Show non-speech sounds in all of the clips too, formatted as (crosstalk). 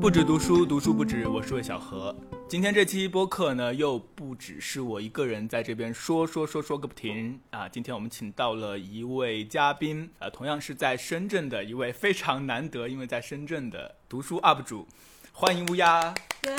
不止读书，读书不止。我是魏小何。今天这期播客呢，又不只是我一个人在这边说说说说个不停啊！今天我们请到了一位嘉宾，呃，同样是在深圳的一位非常难得，因为在深圳的读书 UP 主，欢迎乌鸦。耶！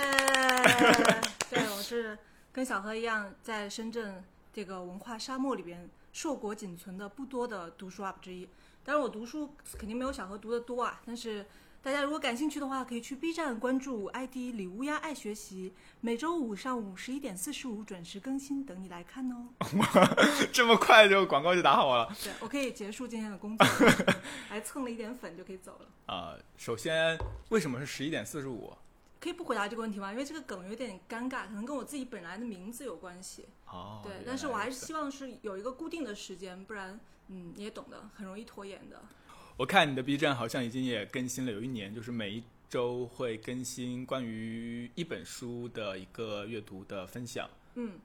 对，我是跟小何一样，在深圳这个文化沙漠里边硕果仅存的不多的读书 UP 之一。当然，我读书肯定没有小何读的多啊，但是大家如果感兴趣的话，可以去 B 站关注 ID 李乌鸦爱学习，每周五上午十一点四十五准时更新，等你来看哦。 (laughs) 这么快就广告就打好了。对我可以结束今天的工作，还蹭了 (laughs) 一点粉就可以走了。呃，首先为什么是十一点四十五？可以不回答这个问题吗？因为这个梗有点尴尬，可能跟我自己本来的名字有关系。哦，对原，但是来我还如是此希望是有一个固定的时间，不然，嗯，你也懂的，很容易拖延的。我看你的 B 站好像已经也更新了有一年，就是每一周会更新关于一本书的一个阅读的分享。嗯，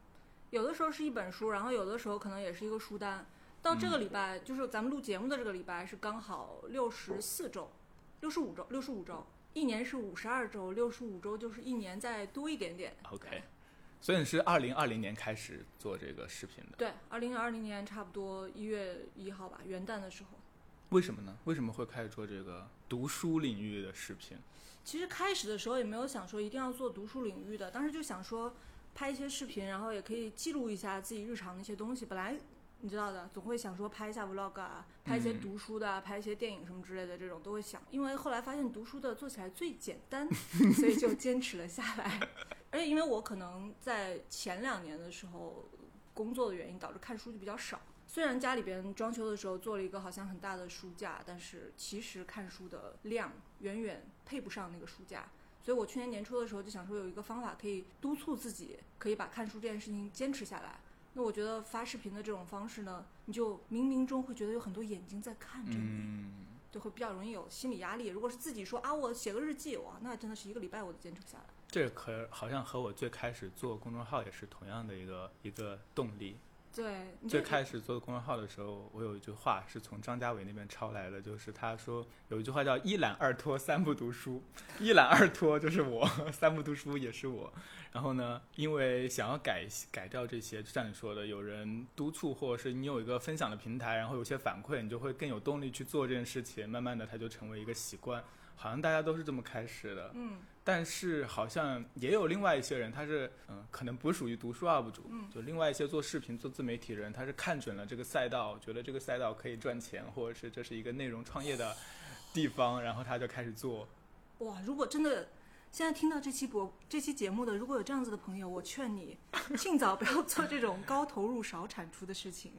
有的时候是一本书，然后有的时候可能也是一个书单。到这嗯个礼拜，就是咱们录节目的这个礼拜，是刚好六十四周，六十五周，六十五周，一年是五十二周，六十五周就是一年再多一点点。 OK，所以你是二零二零年开始做这个视频的，对，二零二零年差不多一月一号吧，元旦的时候。为什么呢？为什么会开始做这个读书领域的视频？其实开始的时候也没有想说一定要做读书领域的，当时就想说拍一些视频，然后也可以记录一下自己日常的一些东西。本来你知道的，总会想说拍一下 vlog 啊，拍一些嗯读书的、啊，拍一些电影什么之类的，这种都会想。因为后来发现读书的做起来最简单，所以就坚持了下来。而且因为我可能在前两年的时候工作的原因，导致看书就比较少。虽然家里边装修的时候做了一个好像很大的书架，但是其实看书的量远远配不上那个书架，所以我去年年初的时候就想说有一个方法可以督促自己，可以把看书这件事情坚持下来。那我觉得发视频的这种方式呢，你就冥冥中会觉得有很多眼睛在看着你，嗯，就会比较容易有心理压力。如果是自己说啊，我写个日记，哇，那真的是一个礼拜我都坚持不下来。这可好像和我最开始做公众号也是同样的一个一个动力。对，你就最开始做公众号的时候，我有一句话是从张家伟那边抄来的，就是他说有一句话叫“一懒二拖三不读书”，一懒二拖就是我，三不读书也是我。然后呢，因为想要改改掉这些，就像你说的，有人督促，或者是你有一个分享的平台，然后有些反馈，你就会更有动力去做这件事情。慢慢的，它就成为一个习惯，好像大家都是这么开始的。嗯，但是好像也有另外一些人，他是嗯，可能不属于读书 UP 主，嗯就另外一些做视频、做自媒体人，他是看准了这个赛道，觉得这个赛道可以赚钱，或者是这是一个内容创业的地方，然后他就开始做。哇，如果真的现在听到这期博这期节目的，如果有这样子的朋友，我劝你尽早不要做这种高投入少产出的事情，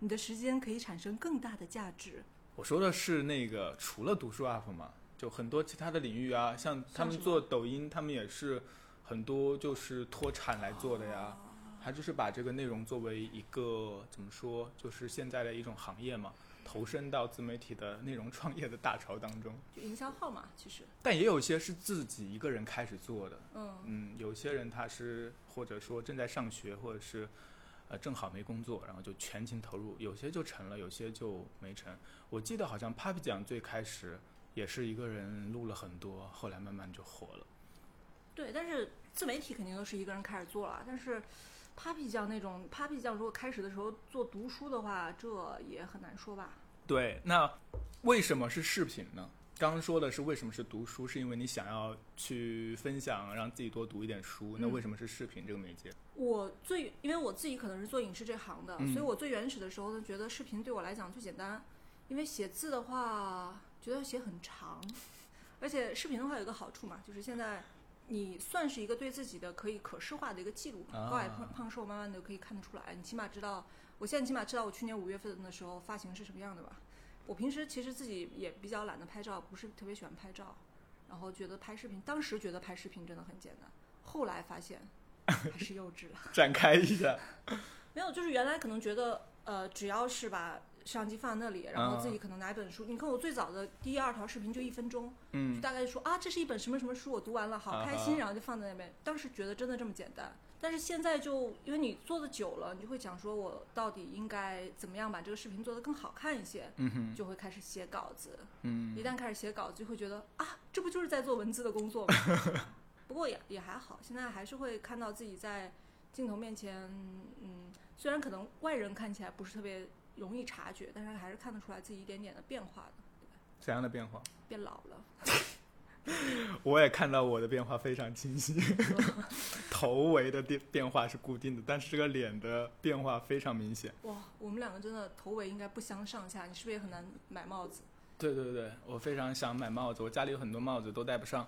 你的时间可以产生更大的价值。我说的是那个除了读书 UP 嘛，就很多其他的领域啊，像他们像什么做抖音，他们也是很多就是脱产来做的呀。他就是把这个内容作为一个怎么说，就是现在的一种行业嘛，投身到自媒体的内容创业的大潮当中。就营销号嘛，其实，但也有些是自己一个人开始做的，嗯，嗯，有些人他是或者说正在上学，或者是呃正好没工作，然后就全情投入，有些就成了，有些就没成。我记得好像 Papi 酱最开始也是一个人录了很多，后来慢慢就火了。对。但是自媒体肯定都是一个人开始做了，但是 Papi 酱那种 Papi 酱，如果开始的时候做读书的话，这也很难说吧。对，那为什么是视频呢？刚刚说的是为什么是读书，是因为你想要去分享，让自己多读一点书。那嗯为什么是视频这个媒介？我最因为我自己可能是做影视这行的，嗯所以我最原始的时候呢，觉得视频对我来讲最简单，因为写字的话，觉得写很长，而且视频的话有一个好处嘛，就是现在你算是一个对自己的可以可视化的一个记录嘛，啊高矮胖胖瘦慢慢的可以看得出来，你起码知道，我现在起码知道我去年五月份的时候发型是什么样的吧。我平时其实自己也比较懒得拍照，不是特别喜欢拍照，然后觉得拍视频，当时觉得拍视频真的很简单，后来发现还 (laughs) 是幼稚了。展开一下。没有，就是原来可能觉得，呃，只要是把相机放那里，然后自己可能拿一本书。你看我最早的第二条视频就一分钟，就嗯，大概说啊，这是一本什么什么书，我读完了，好啊啊开心，然后就放在那边。当时觉得真的这么简单，但是现在就因为你做的久了，你就会想说，我到底应该怎么样把这个视频做得更好看一些，嗯哼，就会开始写稿子。嗯一旦开始写稿子，就会觉得啊，这不就是在做文字的工 (laughs) 作吗？不过也也还好，现在还是会看到自己在镜头面前，嗯，虽然可能外人看起来不是特别容易察觉，但是还是看得出来自己一点点的变化的，怎样的变化？变老了。我也看到我的变化非常清晰，头围的变变化是固定的，但是这个脸的变化非常明显。哇，我们两个真的头围应该不相上下，你是不是也很难买帽子？对对对，我非常想买帽子，我家里有很多帽子都戴不上，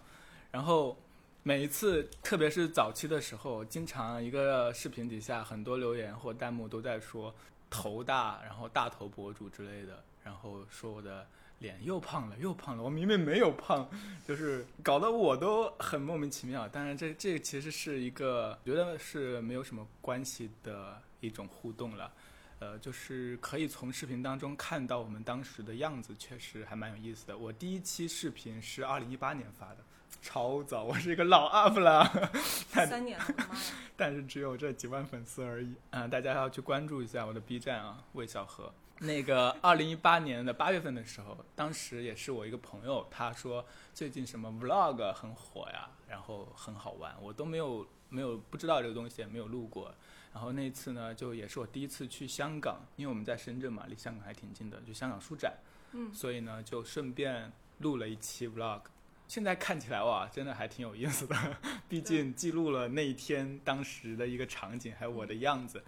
然后每一次，特别是早期的时候，经常一个视频底下很多留言或弹幕都在说头大，然后大头博主之类的，然后说我的脸又胖了又胖了，我明明没有胖，就是搞得我都很莫名其妙。当然这这其实是一个觉得是没有什么关系的一种互动了。呃，就是可以从视频当中看到我们当时的样子，确实还蛮有意思的。我第一期视频是二零一八年发的，超早，我是一个老 UP 了，太三年了，我的妈呀！ (laughs) 但是只有这几万粉丝而已。啊、大家要去关注一下我的 B 站啊，魏小河。那个二零一八年的八月份的时候，当时也是我一个朋友，他说最近什么 Vlog 很火呀，然后很好玩，我都没有没有不知道这个东西，也没有录过。然后那一次呢，就也是我第一次去香港，因为我们在深圳嘛，离香港还挺近的，就香港书展，嗯，所以呢就顺便录了一期 Vlog。现在看起来哇，真的还挺有意思的，毕竟记录了那一天当时的一个场景，还有我的样子，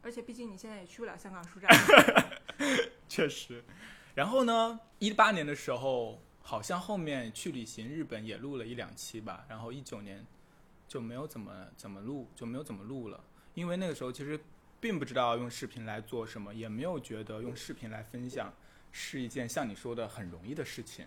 而且毕竟你现在也去不了香 (laughs) 港书展，确实。然后呢，一八年的时候，好像后面去旅行日本也录了一两期吧，然后一九年就没有怎么怎么录，就没有怎么录了，因为那个时候其实并不知道用视频来做什么，也没有觉得用视频来分享是一件像你说的很容易的事情，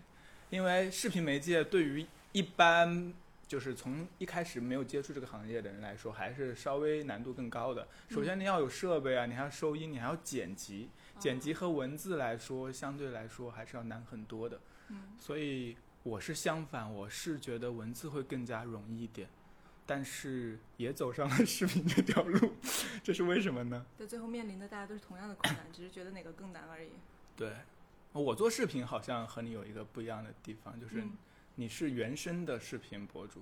因为视频媒介对于一般。就是从一开始没有接触这个行业的人来说，还是稍微难度更高的。首先你要有设备啊，你还要收音，你还要剪辑，剪辑和文字来说，相对来说还是要难很多的。嗯，所以我是相反，我是觉得文字会更加容易一点，但是也走上了视频这条路， (laughs) 这是为什么呢？在最后面临的大家都是同样的困难，只是觉得哪个更难而已。对，我做视频好像和你有一个不一样的地方，就是嗯你是原生的视频博主，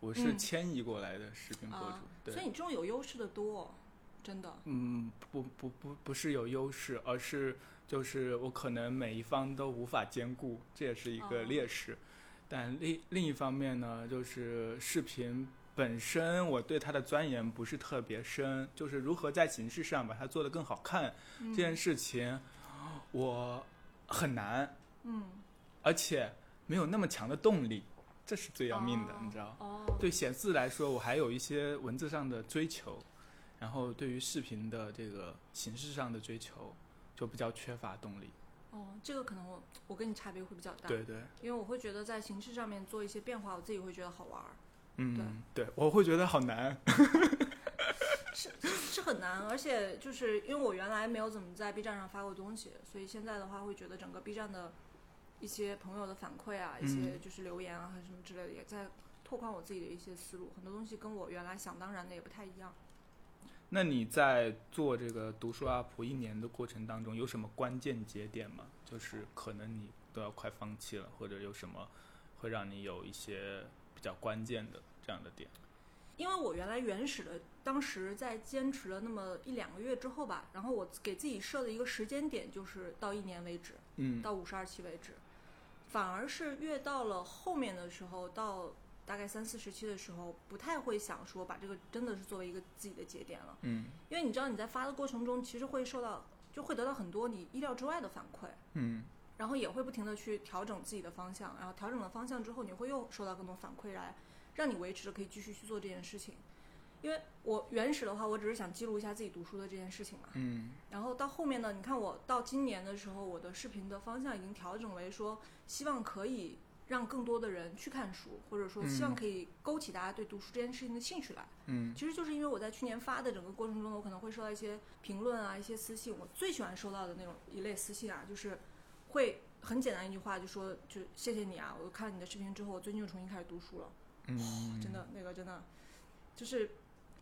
我是嗯迁移过来的视频博主。啊对所以，你这种有优势的多，真的。嗯，不不不，不是有优势，而是就是我可能每一方都无法兼顾，这也是一个哦劣势。但另另一方面呢，就是视频本身，我对它的钻研不是特别深，就是如何在形式上把它做得更好看、嗯这件事情，我很难，嗯，而且没有那么强的动力，这是最要命的，哦你知道。哦，对写字来说，我还有一些文字上的追求，然后对于视频的这个形式上的追求就比较缺乏动力。哦，这个可能我我跟你差别会比较大，对对，因为我会觉得在形式上面做一些变化，我自己会觉得好玩儿，嗯，对我会觉得好难。 (laughs) 是是是很难，而且就是因为我原来没有怎么在 B 站上发过东西，所以现在的话会觉得整个 B 站的一些朋友的反馈啊，一些就是留言啊，还是什么之类的，也在拓宽我自己的一些思路，很多东西跟我原来想当然的也不太一样。那你在做这个读书 UP 一年的过程当中，有什么关键节点吗？就是可能你都要快放弃了，或者有什么会让你有一些比较关键的这样的点？因为我原来原始的，当时在坚持了那么一两个月之后吧，然后我给自己设的一个时间点就是到一年为止，嗯到五十二期为止。反而是越到了后面的时候，到大概三四十期的时候，不太会想说把这个真的是作为一个自己的节点了，嗯因为你知道你在发的过程中，其实会受到就会得到很多你意料之外的反馈，嗯然后也会不停的去调整自己的方向，然后调整了方向之后，你会又收到更多反馈来，让你维持着可以继续去做这件事情。因为我原始的话，我只是想记录一下自己读书的这件事情嘛。嗯然后到后面呢，你看我到今年的时候，我的视频的方向已经调整为说，希望可以让更多的人去看书，或者说希望可以勾起大家对读书这件事情的兴趣来。嗯其实就是因为我在去年发的整个过程中，我可能会收到一些评论啊，一些私信。我最喜欢收到的那种一类私信啊，就是会很简单一句话就说，就谢谢你啊，我看了你的视频之后，我最近又重新开始读书了，嗯，真的那个真的，就是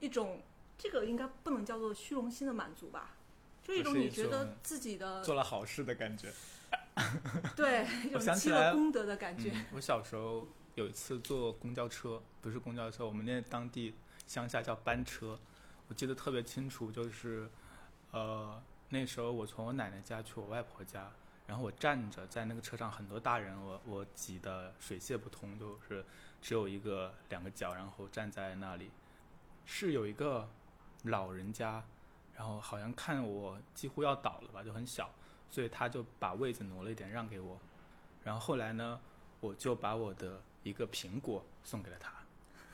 一种这个应该不能叫做虚荣心的满足吧，就一种就是一你觉种得自己的嗯做了好事的感觉。对一我种想起积来了功德的感觉。嗯。我小时候有一次坐公交车，不是公交车，我们那当地乡下叫班车，我记得特别清楚，就是，呃，那时候我从我奶奶家去我外婆家，然后我站着在那个车上，很多大人我我挤得水泄不通，就是只有一个两个脚，然后站在那里，是有一个老人家。然后好像看我几乎要倒了吧，就很小，所以他就把位子挪了一点让给我。然后后来呢，我就把我的一个苹果送给了他。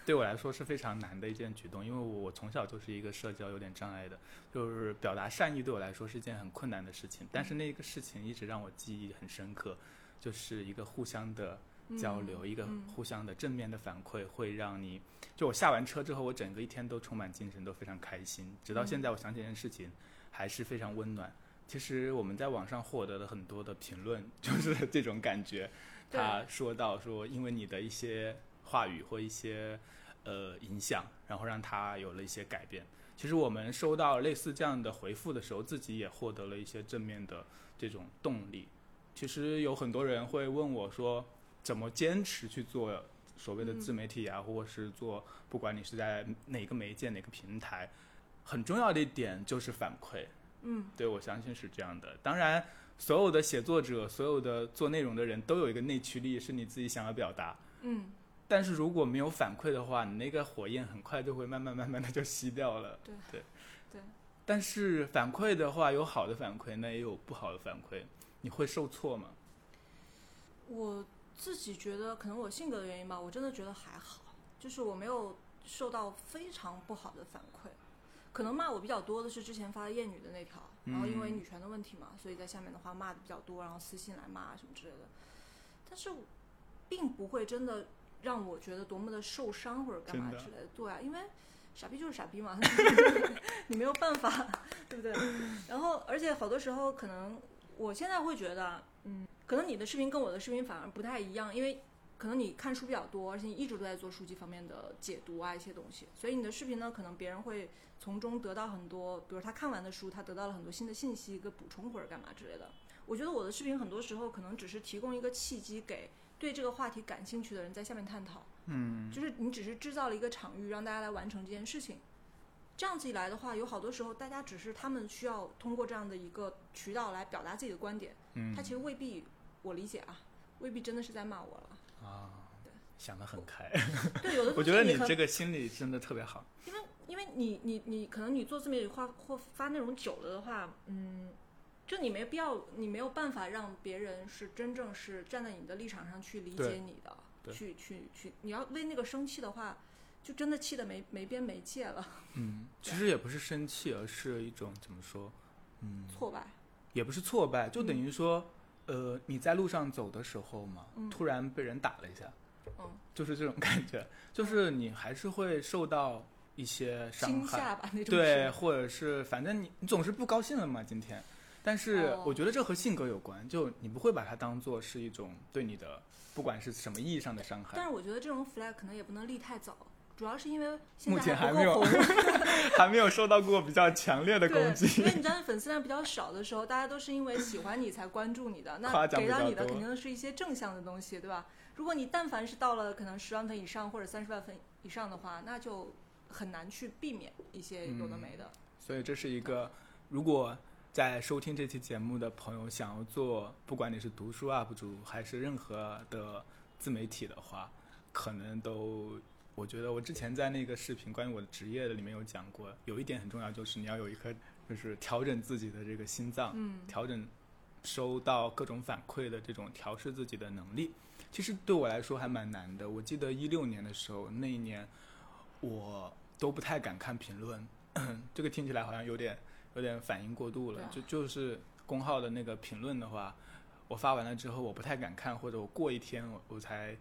对我来说是非常难的一件举动，因为我我从小就是一个社交有点障碍的，就是表达善意对我来说是一件很困难的事情。但是那个事情一直让我记忆很深刻，就是一个互相的交流，一个嗯互相的正面的反馈，会让你就我下完车之后，我整个一天都充满精神，都非常开心。直到现在，我想起这件事情，还是非常温暖。其实我们在网上获得了很多的评论，就是这种感觉。对他说到说，因为你的一些话语或一些呃影响，然后让他有了一些改变。其实我们收到类似这样的回复的时候，自己也获得了一些正面的这种动力。其实有很多人会问我说，怎么坚持去做所谓的嗯自媒体啊，或者是做，不管你是在哪个媒介、哪个平台，很重要的一点就是反馈。嗯，对，我相信是这样的。当然，所有的写作者、所有的做内容的人都有一个内驱力，是你自己想要表达。嗯，但是如果没有反馈的话，你那个火焰很快就会慢慢慢慢的就熄掉了。对对对。但是反馈的话，有好的反馈，那也有不好的反馈，你会受挫吗？我自己觉得，可能我性格的原因吧，我真的觉得还好，就是我没有受到非常不好的反馈。可能骂我比较多的是之前发的厌女的那条，然后因为嗯女权的问题嘛，所以在下面的话骂的比较多，然后私信来骂啊什么之类的。但是，并不会真的让我觉得多么的受伤或者干嘛真的之类的。对啊，因为傻逼就是傻逼嘛， (laughs) 你没有办法，对不对？然后，而且好多时候可能我现在会觉得啊，嗯，可能你的视频跟我的视频反而不太一样，因为可能你看书比较多，而且你一直都在做书籍方面的解读啊一些东西，所以你的视频呢，可能别人会从中得到很多，比如他看完的书，他得到了很多新的信息跟补充或者干嘛之类的。我觉得我的视频很多时候可能只是提供一个契机给对这个话题感兴趣的人在下面探讨，嗯，就是你只是制造了一个场域让大家来完成这件事情。这样子一来的话，有好多时候大家只是他们需要通过这样的一个渠道来表达自己的观点，嗯他其实未必，我理解啊，未必真的是在骂我了。啊，想得很开。对，有的我东西觉得你你很这个心理真的特别好。因为因为你你你可能你做自媒体或或发内容久了的话，嗯，就你没必要，你没有办法让别人是真正是站在你的立场上去理对解你的，对去去去，你要为那个生气的话，就真的气得没没边没界了，嗯，其实也不是生气，而是一种怎么说？嗯，挫败。也不是挫败，就等于说，呃，你在路上走的时候嘛，嗯突然被人打了一下，嗯，就是这种感觉，就是你还是会受到一些伤惊害，吓吧那种对，是，或者是反正你你总是不高兴了嘛，今天。但是哦我觉得这和性格有关，就你不会把它当做是一种对你的，不管是什么意义上的伤害但，是我觉得这种 flag 可能也不能立太早，主要是因为现目前在还还没有不够红，还没有受到过比较强烈的对，攻击因。为你知道粉丝量比较少的时候，大家都是因为喜欢你才关注你的，夸那奖给到比较你的多肯定是一些正向的东西，对吧？如果你但凡是到了可能十万粉以上或者三十万粉以上的话，那就很难去避免一些有嗯的没的。所以这是一个，如果在收听这期节目的朋友想要做，不管你是读书 UP 主还是任何的自媒体的话，可能都，我觉得我之前在那个视频关于我的职业的里面有讲过，有一点很重要，就是你要有一颗就是调整自己的这个心脏，嗯，调整收到各种反馈的这种调试自己的能力，其实对我来说还蛮难的。我记得一六年的时候，那一年我都不太敢看评论， (clears throat) 这个听起来好像有点有点反应过度了对啊。就就是公号的那个评论的话，我我发完了之后，我不太敢看，或者我过一天我我才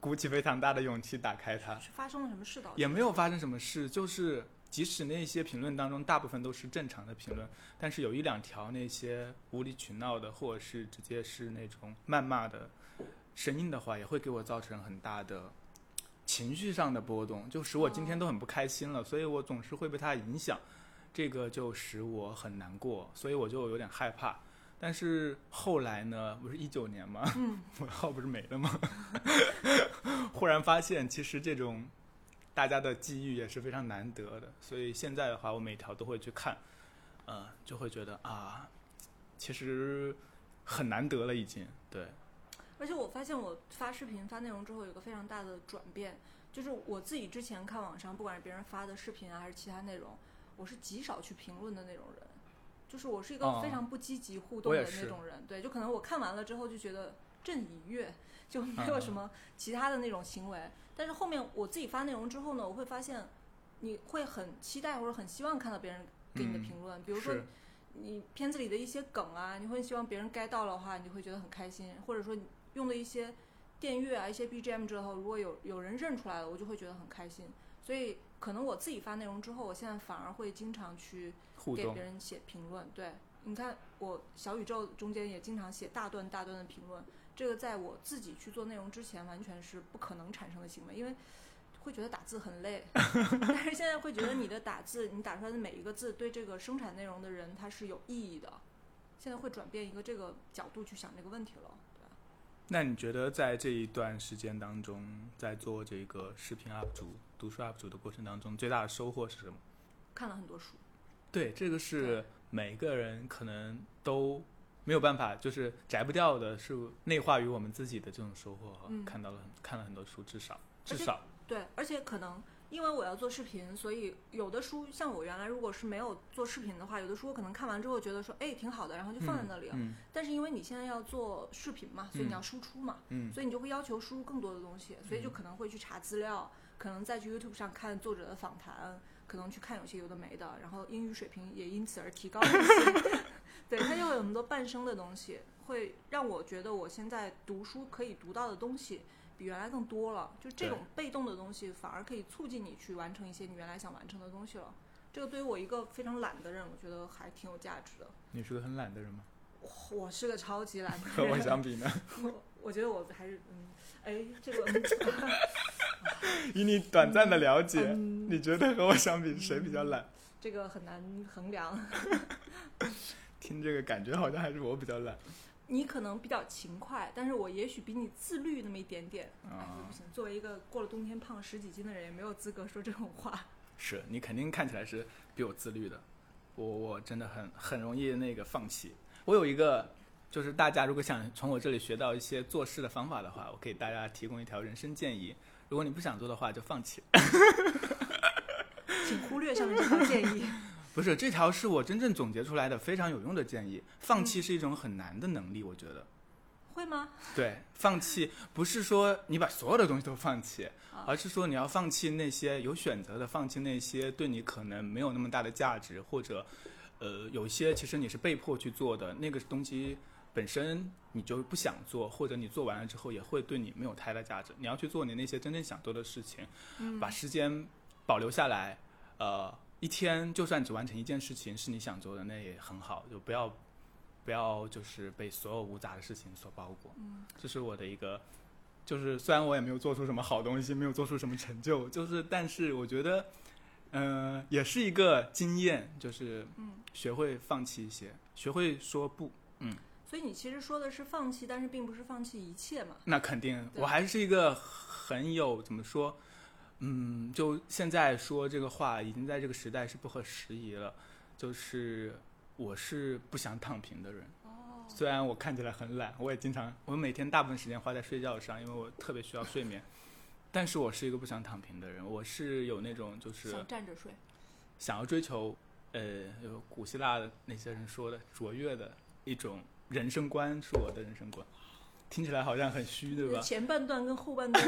鼓起非常大的勇气打开它。是发生了什么事导致？也没有发生什么事，就是即使那些评论当中大部分都是正常的评论，但是有一两条那些无理取闹的，或者是直接是那种谩骂的声音的话，也会给我造成很大的情绪上的波动，就使我今嗯天都很不开心了，所以我总是会被它影响，这个就使我很难过，所以我就有点害怕。但是后来呢，不是一九年吗？嗯， (laughs) 我的号不是没了吗？ (laughs) 忽然发现，其实这种大家的机遇也是非常难得的，所以现在的话，我每条都会去看，呃，就会觉得啊，其实很难得了，已经。对，而且我发现我发视频发内容之后有一个非常大的转变，就是我自己之前看网上不管是别人发的视频啊还是其他内容，我是极少去评论的那种人，就是我是一个哦非常不积极互动我的也那是种人。对，就可能我看完了之后就觉得朕已阅，就没有嗯什么其他的那种行为。但是后面我自己发内容之后呢，我会发现你会很期待或者很希望看到别人给你的嗯评论，比如说是你片子里的一些梗啊，你会希望别人 get 到的话，你就会觉得很开心，或者说你用的一些电乐啊、一些 BGM 之后，如果有有人认出来了，我就会觉得很开心。所以可能我自己发内容之后，我现在反而会经常去互给动别人写评论。对，你看我小宇宙中间也经常写大段大段的评论，这个在我自己去做内容之前完全是不可能产生的行为，因为会觉得打字很累， (laughs) 但是现在会觉得你的打字，你打出来的每一个字对这个生产内容的人它是有意义的。现在会转变一个这个角度去想这个问题了，对吧？那你觉得在这一段时间当中，在做这个视频 UP 主、读书 UP 主的过程当中，最大的收获是什么？看了很多书，对，这个是每个人可能都没有办法，就是摘不掉的，是内化于我们自己的这种收获。嗯看到了很，看了很多书，至少而至且少对，而且可能因为我要做视频，所以有的书像我原来如果是没有做视频的话，有的书我可能看完之后觉得说，哎，挺好的，然后就放在那里啊了。嗯但是因为你现在要做视频嘛，所以你要输出嘛，嗯，所以你就会要求输入更多的东西，所以就可能会去查资料，可能再去 YouTube 上看作者的访谈，可能去看有些有的没的，然后英语水平也因此而提高了一 (laughs) 些。对，它就会有很多伴生的东西，会让我觉得我现在读书可以读到的东西比原来更多了。就这对种被动的东西，反而可以促进你去完成一些你原来想完成的东西了。这个对于我一个非常懒的人，我觉得还挺有价值的。你是个很懒的人吗？我是个超级懒的 (laughs) 人，和我相比呢？ (laughs) 我 (laughs) 我觉得我还是嗯，哎，这个 (laughs) 以你短暂的了解，嗯你觉得和我相比谁比较懒？这个很难衡量。听这个感觉好像还是我比较懒。你可能比较勤快，但是我也许比你自律那么一点点。哎啊，不行，作为一个过了冬天胖十几斤的人，也没有资格说这种话。 (laughs) 是你肯定看起来是比我自律的，我我真的很很容易那个放弃。我有一个，就是大家如果想从我这里学到一些做事的方法的话，我给大家提供一条人生建议。如果你不想做的话，就放弃。请忽略上面这条建议。 (laughs) 不是，这条是我真正总结出来的非常有用的建议。放弃是一种很难的能力，我觉得。会吗？对，放弃不是说你把所有的东西都放弃啊，而是说你要放弃那些有选择的，放弃那些对你可能没有那么大的价值，或者，呃，有些其实你是被迫去做的那个东西本身你就不想做，或者你做完了之后也会对你没有太大价值。你要去做你那些真正想做的事情，把时间保留下来，呃，一天就算只完成一件事情是你想做的，那也很好，就不要。不要就是被所有无杂的事情所包裹。这是我的一个，就是虽然我也没有做出什么好东西，没有做出什么成就，就是但是我觉得，呃，也是一个经验，就是嗯学会放弃一些，学会说不。所以你其实说的是放弃，但是并不是放弃一切嘛。那肯定，对我还是一个很有怎么说，嗯，就现在说这个话，已经在这个时代是不合时宜了。就是我是不想躺平的人，哦，虽然我看起来很懒，我也经常，我每天大部分时间花在睡觉上，因为我特别需要睡眠。但是我是一个不想躺平的人，我是有那种就是想站着睡。想要追求，呃，有古希腊的那些人说的卓越的一种人生观，是我的人生观。听起来好像很虚，对吧？前半段跟后 (laughs) 半段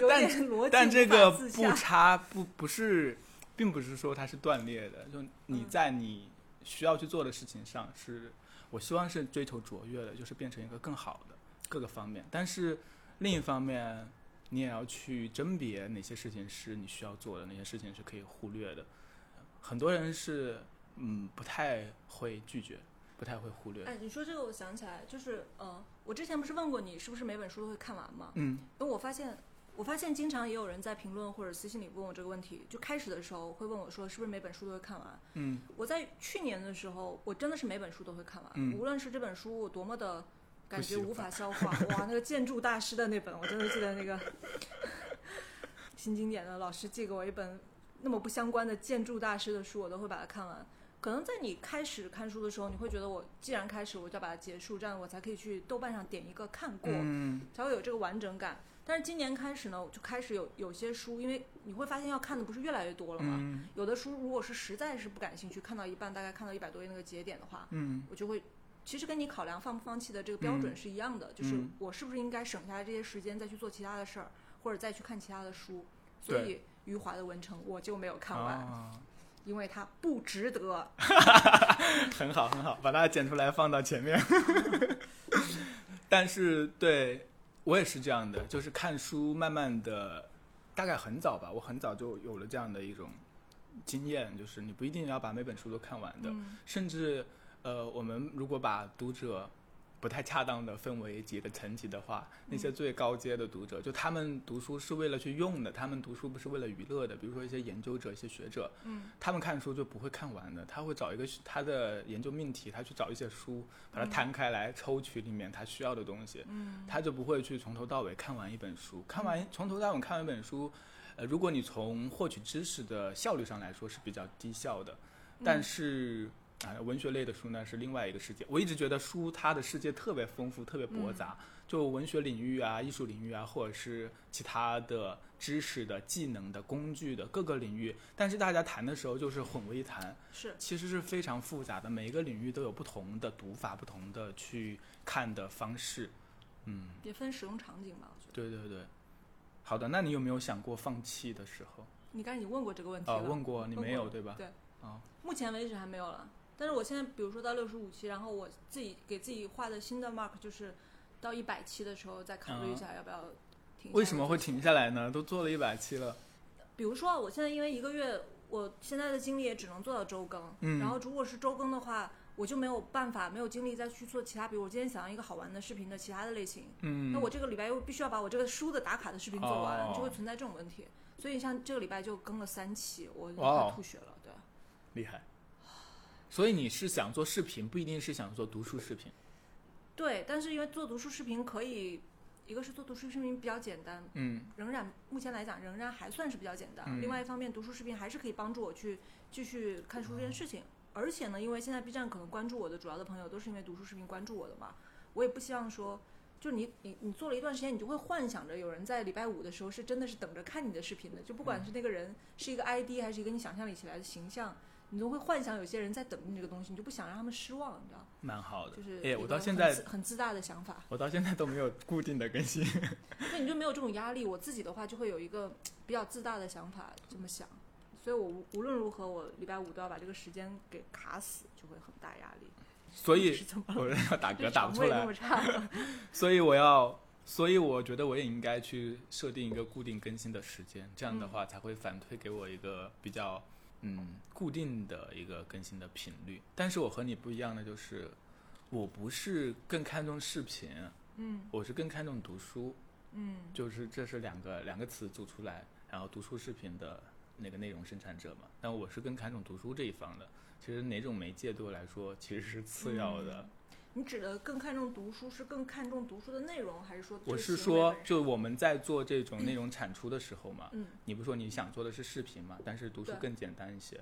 有点逻 (laughs) 辑，但这个无法自不洽差不不是，并不是说它是断裂的，就你嗯在你需要去做的事情上是，我希望是追求卓越的，就是变成一个更好的各个方面。但是另一方面，你也要去甄别哪些事情是你需要做的，哪些事情是可以忽略的。很多人是嗯不太会拒绝，不太会忽略。哎，你说这个，我想起来，就是呃，我之前不是问过你，是不是每本书都会看完吗？嗯因为我发现，我发现经常也有人在评论或者私信里问我这个问题。就开始的时候会问我说，是不是每本书都会看完？嗯我在去年的时候，我真的是每本书都会看完，嗯无论是这本书我多么的感觉不喜欢无法消化，哇，那个建筑大师的那本，我真的记得那个 (laughs) 新经典的老师寄给我一本那么不相关的建筑大师的书，我都会把它看完。可能在你开始看书的时候，你会觉得我既然开始，我就要把它结束，这样我才可以去豆瓣上点一个看过。嗯才会有这个完整感。但是今年开始呢，我就开始有有些书，因为你会发现要看的不是越来越多了嘛。嗯有的书如果是实在是不感兴趣，看到一半大概看到一百多页那个节点的话，嗯我就会，其实跟你考量放不放弃的这个标准是一样的，就是嗯我是不是应该省下来这些时间再去做其他的事儿，或者再去看其他的书。所对以余华的《文成》我就没有看完，啊，因为它不值得。 (laughs) 很好很好，把它剪出来放到前面。 (laughs) 但是对我也是这样的，就是看书慢慢的，大概很早吧，我很早就有了这样的一种经验，就是你不一定要把每本书都看完的，嗯甚至呃，我们如果把读者不太恰当的分为几个层级的话，那些最高阶的读者，就他们读书是为了去用的，他们读书不是为了娱乐的。比如说一些研究者、一些学者，嗯，他们看书就不会看完的，他会找一个他的研究命题，他去找一些书，把它摊开来，抽取里面他需要的东西，嗯，他就不会去从头到尾看完一本书。看完从头到尾看完一本书，呃，如果你从获取知识的效率上来说是比较低效的，嗯但是啊、文学类的书呢是另外一个世界。我一直觉得书它的世界特别丰富，特别嗯驳杂，就文学领域啊、艺术领域啊，或者是其他的知识的、技能的、工具的各个领域。但是大家谈的时候就是混为一谈，是其实是非常复杂的，每一个领域都有不同的读法、不同的去看的方式。嗯，也分使用场景吧，我觉得。对对对。好的，那你有没有想过放弃的时候？你刚才已经问过这个问题呃，了，问过你问没过有了对吧？对哦，目前为止还没有了，但是我现在比如说到六十五期，然后我自己给自己画的新的 mark 就是到一百期的时候再考虑一下要不要停。啊为什么会？停下来呢？都做了一百期了。比如说啊我现在因为一个月，我现在的精力也只能做到周更，嗯然后如果是周更的话，我就没有办法，没有精力再去做其他，比如我今天想要一个好玩的视频的其他的类型，嗯，那我这个礼拜又必须要把我这个书的打卡的视频做完，哦就会存在这种问题。所以像这个礼拜就更了三期，我哇快哦吐血了，对。厉害。所以你是想做视频，不一定是想做读书视频。对，但是因为做读书视频可以，一个是做读书视频比较简单，嗯仍然目前来讲仍然还算是比较简单。嗯另外一方面，读书视频还是可以帮助我去继续看书这件事情。而且呢，因为现在 B 站可能关注我的主要的朋友都是因为读书视频关注我的嘛，我也不希望说。就你你你做了一段时间，你就会幻想着有人在礼拜五的时候是真的是等着看你的视频的，就不嗯管是那个人是一个 ID 还是一个你想象里起来的形象，你都会幻想有些人在等你这个东西，你就不想让他们失望，你知道吗？蛮好的。就是哎，一我个到现很在自很自大的想法，我到现在都没有固定的更新。那你就没有这种压力。我自己的话就会有一个比较自大的想法，这么想，所以我无无论如何，我礼拜五都要把这个时间给卡死，就会很大压力。所是以怎么了？ (laughs) 我要打这嗝打不出肠胃那来么，差吗，所以我要，所以我觉得我也应该去设定一个固定更新的时间，这样的话才会反推给我一个比较嗯固定的一个更新的频率。但是我和你不一样的就是，我不是更看重视频，嗯我是更看重读书。嗯就是这是两个两个词组出来，然后读书视频的那个内容生产者嘛。但我是更看重读书这一方的。其实哪种媒介对我来说其实是次要的。你指的更看重读书，是更看重读书的内容，还是说这我个是行为说本，身就我们在做这种内容产出的时候嘛，嗯，你不说你想做的是视频嘛，但是读书对哎更简单一些，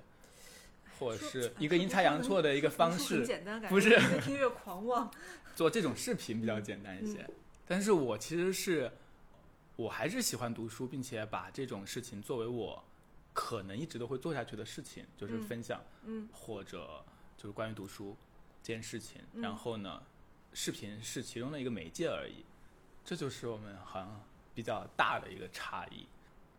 或者说是哎一个阴差阳错的一个方读书很式，简单，感觉不是越听越狂妄。做这种视频比较简单一些。嗯但是我其实是，我还是喜欢读书，并且把这种事情作为我可能一直都会做下去的事情，就是嗯分享嗯或者就是关于读书这件事情。嗯然后呢，视频是其中的一个媒介而已，这就是我们好像比较大的一个差异。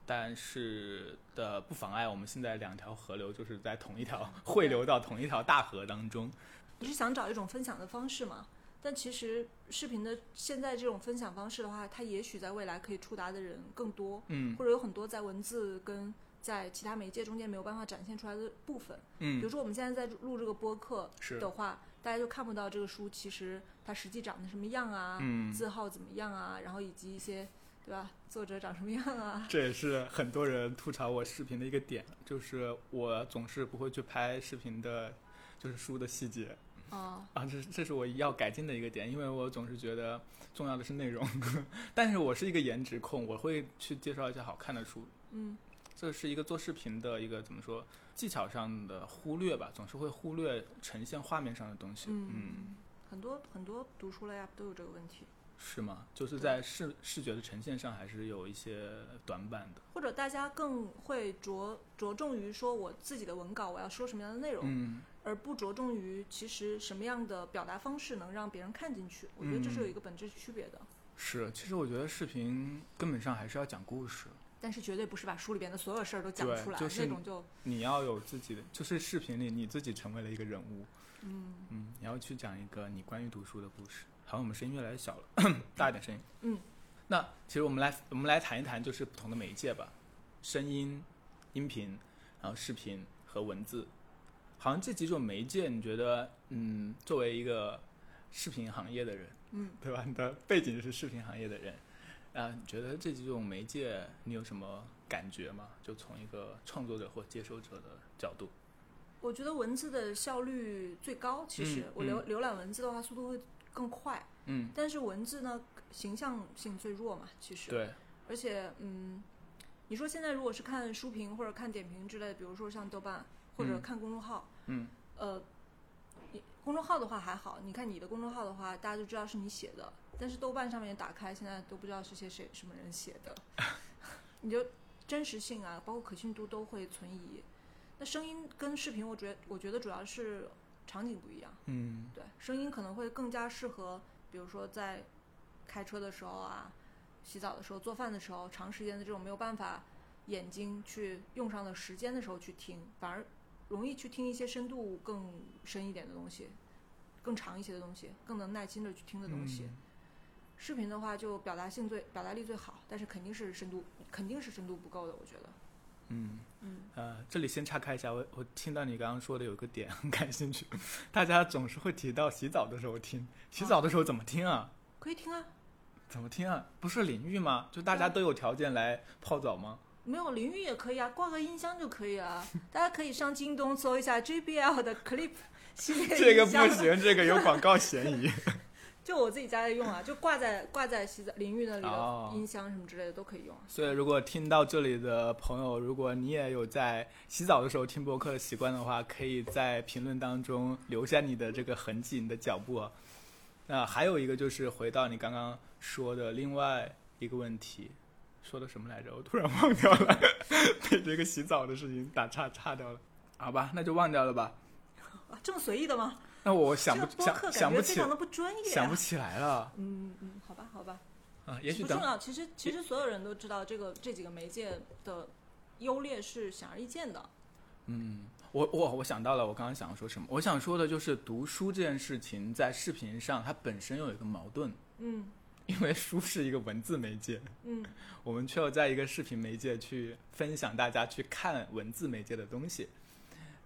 但是的 (laughs) 不妨碍我们现在两条河流就是在同一条汇流到同一条大河当中，你是想找一种分享的方式嘛？但其实视频的现在这种分享方式的话，它也许在未来可以触达的人更多，嗯或者有很多在文字跟在其他媒介中间没有办法展现出来的部分。比嗯如说我们现在在录这个播客是的话，大家就看不到这个书其实它实际长得什么样啊，嗯，字号怎么样啊，然后以及一些对吧，作者长什么样啊，这也是很多人吐槽我视频的一个点，就是我总是不会去拍视频的，就是书的细节啊、啊，这是这是我要改进的一个点，因为我总是觉得重要的是内容， (laughs) 但是我是一个颜值控，我会去介绍一些好看的书，嗯这是一个做视频的一个怎么说技巧上的忽略吧，总是会忽略呈现画面上的东西，嗯嗯，很多很多读书类 app 都有这个问题。是吗？就是对在视视觉的呈现上还是有一些短板的，或者大家更会着着重于说我自己的文稿我要说什么样的内容，嗯而不着重于其实什么样的表达方式能让别人看进去。我觉得这嗯是有一个本质区别的，是，其实我觉得视频根本上还是要讲故事。但是绝对不是把书里边的所有事儿都讲对出来，就是那种就你要有自己的，就是视频里你自己成为了一个人物，嗯嗯，你要去讲一个你关于读书的故事。好，我们声音越来越小了， (coughs) 大一点声音。嗯，那其实我们来我们来谈一谈，就是不同的媒介吧，声音、音频，然后视频和文字。好像这几种媒介，你觉得，嗯，作为一个视频行业的人，嗯，对吧？你的背景是视频行业的人，啊，你觉得这几种媒介你有什么感觉吗？就从一个创作者或接收者的角度，我觉得文字的效率最高。其实、嗯我浏浏览文字的话，速度会更快，嗯，但是文字呢，形象性最弱嘛，其实。对，而且，嗯，你说现在如果是看书评或者看点评之类的，比如说像豆瓣或者嗯看公众号，嗯，呃，你公众号的话还好，你看你的公众号的话，大家就知道是你写的，但是豆瓣上面打开，现在都不知道是些谁什么人写的， (laughs) 你就真实性啊，包括可信度都会存疑。那声音跟视频，我觉我觉得主要是场景不一样，嗯。对，声音可能会更加适合，比如说在开车的时候啊、洗澡的时候、做饭的时候，长时间的这种没有办法眼睛去用上的时间的时候去听，反而容易去听一些深度更深一点的东西，更长一些的东西，更能耐心的去听的东嗯西。视频的话，就表达性最表达力最好，但是肯定是深度肯定是深度不够的，我觉得。嗯，嗯呃，这里先岔开一下，我我听到你刚刚说的有一个点 (laughs) 很感兴趣，大家总是会提到洗澡的时候听，洗澡的时候怎么听啊？可以听啊，怎么听啊？不是淋浴吗？就大家都对有条件来泡澡吗？没有淋浴也可以啊，挂个音箱就可以啊。 (laughs) 大家可以上京东搜一下 JBL 的 Clip 系列这个音箱不，行，这个有广告嫌疑。就我自己家里用啊，就挂在挂在洗澡淋浴那里哦的音箱什么之类的都可以用啊。所以，如果听到这里的朋友，如果你也有在洗澡的时候听播客的习惯的话，可以在评论当中留下你的这个痕迹，你的脚步啊。那还有一个就是回到你刚刚说的另外一个问题，说的什么来着？我突然忘掉了， (laughs) 被这个洗澡的事情打岔岔掉了。好吧，那就忘掉了吧。啊这么随意的吗？那我想这个不播客想想感不觉非起常，的不专业、啊。想不起来了嗯嗯，好吧好吧，啊。也许不等重要。其实其实所有人都知道这个这几个媒介的优劣是显而易见的。嗯，我我我想到了，我刚刚想要说什么？我想说的就是读书这件事情在视频上它本身有一个矛盾，嗯因为书是一个文字媒介，嗯我们却要在一个视频媒介去分享大家去看文字媒介的东西。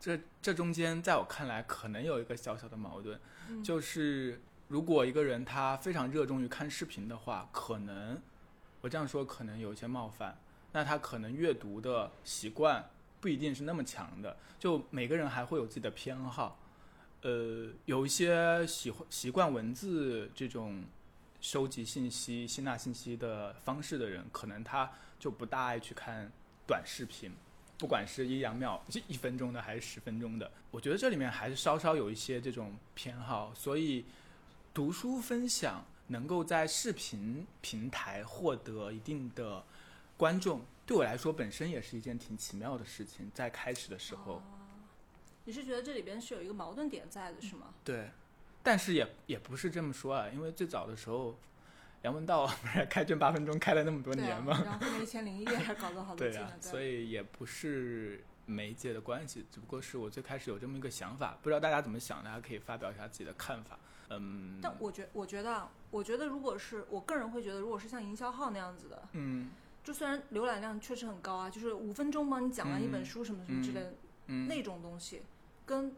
这这中间，在我看来，可能有一个小小的矛盾，嗯就是如果一个人他非常热衷于看视频的话，可能我这样说可能有一些冒犯，那他可能阅读的习惯不一定是那么强的，就每个人还会有自己的偏好。呃，有一些喜欢习惯文字这种收集信息、吸纳信息的方式的人，可能他就不大爱去看短视频，不管是一两秒、一一分钟的还是十分钟的。我觉得这里面还是稍稍有一些这种偏好，所以读书分享能够在视频平台获得一定的观众，对我来说本身也是一件挺奇妙的事情。在开始的时候，啊你是觉得这里边是有一个矛盾点在的是吗？对，但是也也不是这么说啊，因为最早的时候，梁文道 (laughs) 不是开卷八分钟开了那么多对年啊吗？然后后面一千零一夜还搞了好多对啊季呀、呢，对所以也不是媒介的关系，只不过是我最开始有这么一个想法，不知道大家怎么想，大家可以发表一下自己的看法。嗯，但我觉我觉得啊，我觉得如果是我个人会觉得，如果是像营销号那样子的，嗯就虽然浏览量确实很高啊，就是五分钟帮你讲完一本嗯书什么什么之类的、嗯那种东西，跟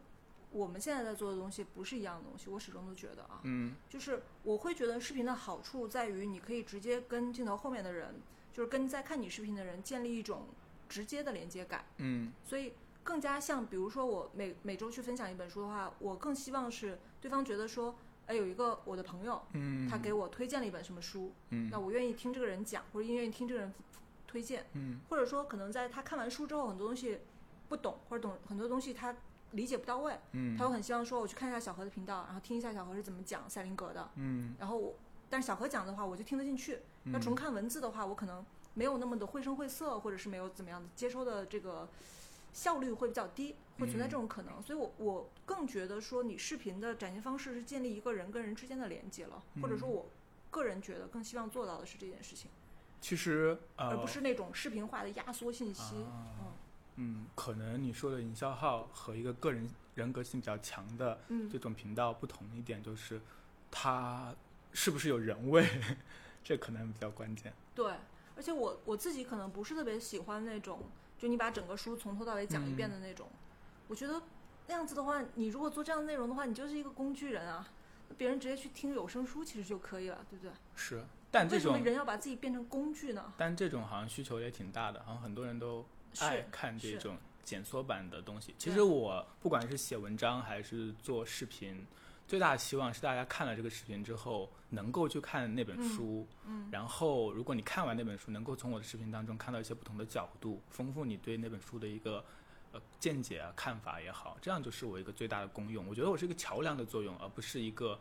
我们现在在做的东西不是一样的东西。我始终都觉得啊，嗯就是我会觉得视频的好处在于，你可以直接跟镜头后面的人，就是跟在看你视频的人建立一种直接的连接感，嗯所以更加像，比如说我每每周去分享一本书的话，我更希望是对方觉得说，哎，有一个我的朋友，嗯，他给我推荐了一本什么书，嗯那我愿意听这个人讲，或者愿意听这个人推荐，嗯或者说可能在他看完书之后，很多东西不懂，或者懂很多东西他理解不到位，嗯他会很希望说我去看一下小何的频道，然后听一下小何是怎么讲赛林格的，嗯然后我，但是小何讲的话我就听得进去，嗯那纯看文字的话，我可能没有那么的绘声绘色，或者是没有怎么样的接收的这个效率会比较低，会存在这种可能。所以我我更觉得说，你视频的展现方式是建立一个人跟人之间的连接了，或者说我个人觉得更希望做到的是这件事情，其实呃，而不是那种视频化的压缩信息。啊嗯，可能你说的营销号和一个个人人格性比较强的嗯这种频道不同一点，就是它是不是有人味， (laughs) 这可能比较关键。对，而且我我自己可能不是特别喜欢那种，就你把整个书从头到尾讲一遍嗯的那种。我觉得那样子的话，你如果做这样的内容的话，你就是一个工具人啊。别人直接去听有声书其实就可以了，对不对？是，但这为什么种人要把自己变成工具呢？但这种好像需求也挺大的，好像很多人都爱是看这是种简缩版的东西。其对实我不管是写文章还是做视频，最大的希望是大家看了这个视频之后，能够去看那本嗯书。嗯然后，如果你看完那本书，能够从我的视频当中看到一些不同的角度，丰富你对那本书的一个呃见解啊、看法也好，这样就是我一个最大的功用。我觉得我是一个桥梁的作用，而不是一个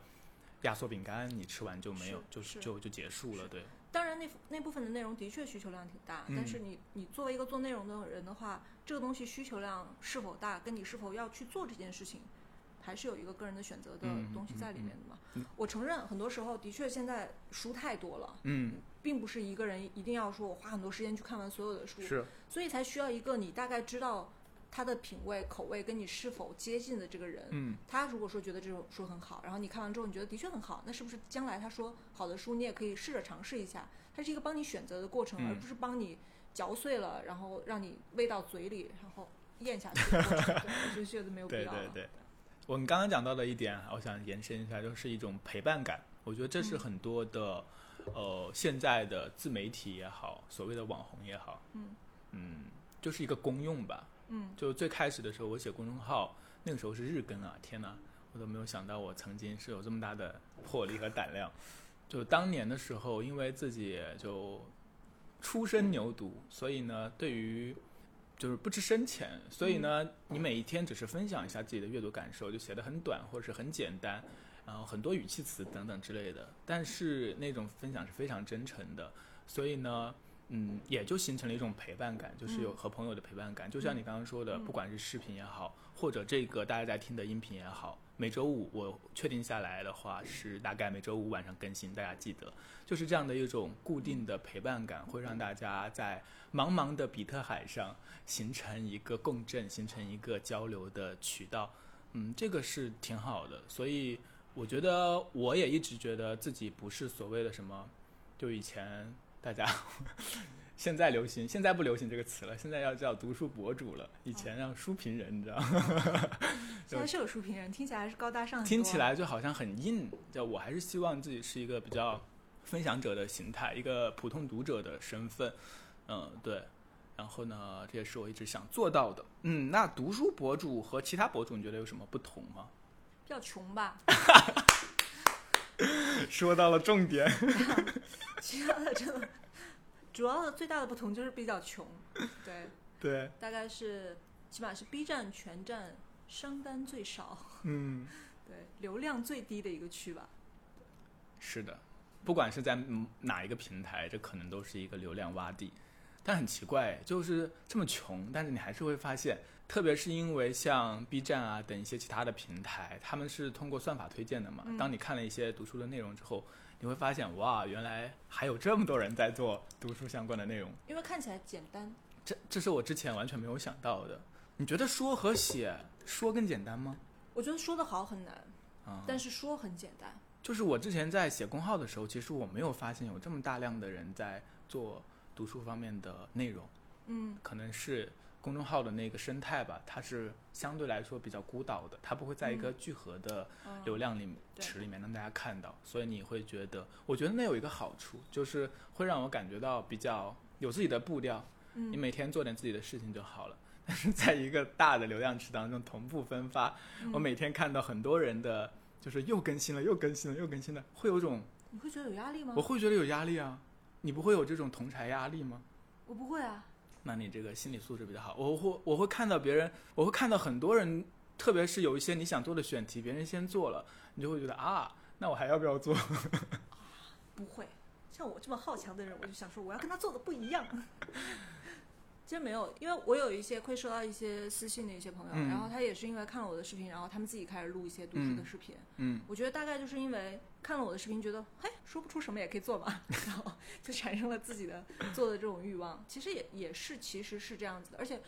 压缩饼干，你吃完就没有是，就是就就结束了。对，当然那那部分的内容的确需求量挺大，嗯但是你你作为一个做内容的人的话，这个东西需求量是否大，跟你是否要去做这件事情，还是有一个个人的选择的嗯东西嗯在里嗯面的嘛。嗯我承认，很多时候的确现在书太多了，嗯，并不是一个人一定要说我花很多时间去看完所有的书，是。所以才需要一个你大概知道他的品味、口味跟你是否接近的这个人。嗯他如果说觉得这种书很好，然后你看完之后你觉得的确很好，那是不是将来他说好的书你也可以试着尝试一下？它是一个帮你选择的过程，嗯而不是帮你嚼碎了，然后让你喂到嘴里，然后咽下去的 (laughs) 过程。对我就觉得没有必对要对了。对，我们刚刚讲到的一点，啊我想延伸一下，就是一种陪伴感。我觉得这是嗯很多的，呃，现在的自媒体也好，所谓的网红也好，嗯嗯，就是一个功用吧。嗯就最开始的时候，我写公众号，那个时候是日更啊，天哪，我都没有想到我曾经是有这么大的魄力和胆量。就当年的时候，因为自己就初生牛犊，所以呢，对于就是不知深浅，所嗯以呢，你每一天只是分享一下自己的阅读感受，就写的很短或者是很简单，然后很多语气词等等之类的。但是那种分享是非常真诚的，所以呢，嗯，也就形成了一种陪伴感，就是有嗯和朋友的陪伴感。就像你刚刚说的，嗯不管是视频也好，或者这个大家在听的音频也好，每周五我确定下来的话是大概每周五晚上更新，大家记得。就是这样的一种固定的陪伴感，会让大家在茫茫的比特海上形成一个共振，形成一个交流的渠道。嗯，这个是挺好的。所以我觉得我也一直觉得自己不是所谓的什么，就以前大家 (laughs) 现在流行，现在不流行这个词了，现在要叫读书博主了。以前让书评人，你知道吗。现在是有书评人，听起来还是高大上很多。啊听起来就好像很硬。就我还是希望自己是一个比较分享者的形态，一个普通读者的身份。嗯，对。然后呢，这也是我一直想做到的。嗯，那读书博主和其他博主，你觉得有什么不同吗？比较穷吧， (laughs) (laughs) 说到了重点。其他的真的主要的最大的不同就是比较穷，对，对，大概是起码是 B 站全站商单最少，嗯，对，流量最低的一个区吧。是的。不管是在嗯哪一个平台，这可能都是一个流量洼地。但很奇怪，就是这么穷，但是你还是会发现，特别是因为像 B 站啊等一些其他的平台，他们是通过算法推荐的嘛。嗯当你看了一些读书的内容之后，你会发现，哇，原来还有这么多人在做读书相关的内容，因为看起来简单，这这是我之前完全没有想到的。你觉得说和写说更简单吗？我觉得说的好很难，啊、但是说很简单。就是我之前在写公号的时候，其实我没有发现有这么大量的人在做读书方面的内容，嗯可能是公众号的那个生态吧，它是相对来说比较孤岛的，它不会在一个聚合的嗯，流量里面对池里面让大家看到，所以你会觉得，我觉得那有一个好处，就是会让我感觉到比较有自己的步调，你嗯每天做点自己的事情就好了。但是在一个大的流量池当中同步分发，我嗯每天看到很多人的，就是又更新了，又更新了，又更新了，会有种你会觉得有压力吗？我会觉得有压力啊。你不会有这种同柴压力吗？我不会啊，那你这个心理素质比较好。我会我会看到别人，我会看到很多人，特别是有一些你想做的选题，别人先做了，你就会觉得啊，那我还要不要做？ (laughs) 不会。像我这么好强的人，我就想说，我要跟他做的不一样。 (laughs) 其实没有，因为我有一些会收到一些私信的一些朋友，嗯然后他也是因为看了我的视频，然后他们自己开始录一些读书的视频。嗯，我觉得大概就是因为看了我的视频，觉得嘿，说不出什么也可以做嘛，然后就产生了自己的做的这种欲望。其实也也是，其实是这样子的。而且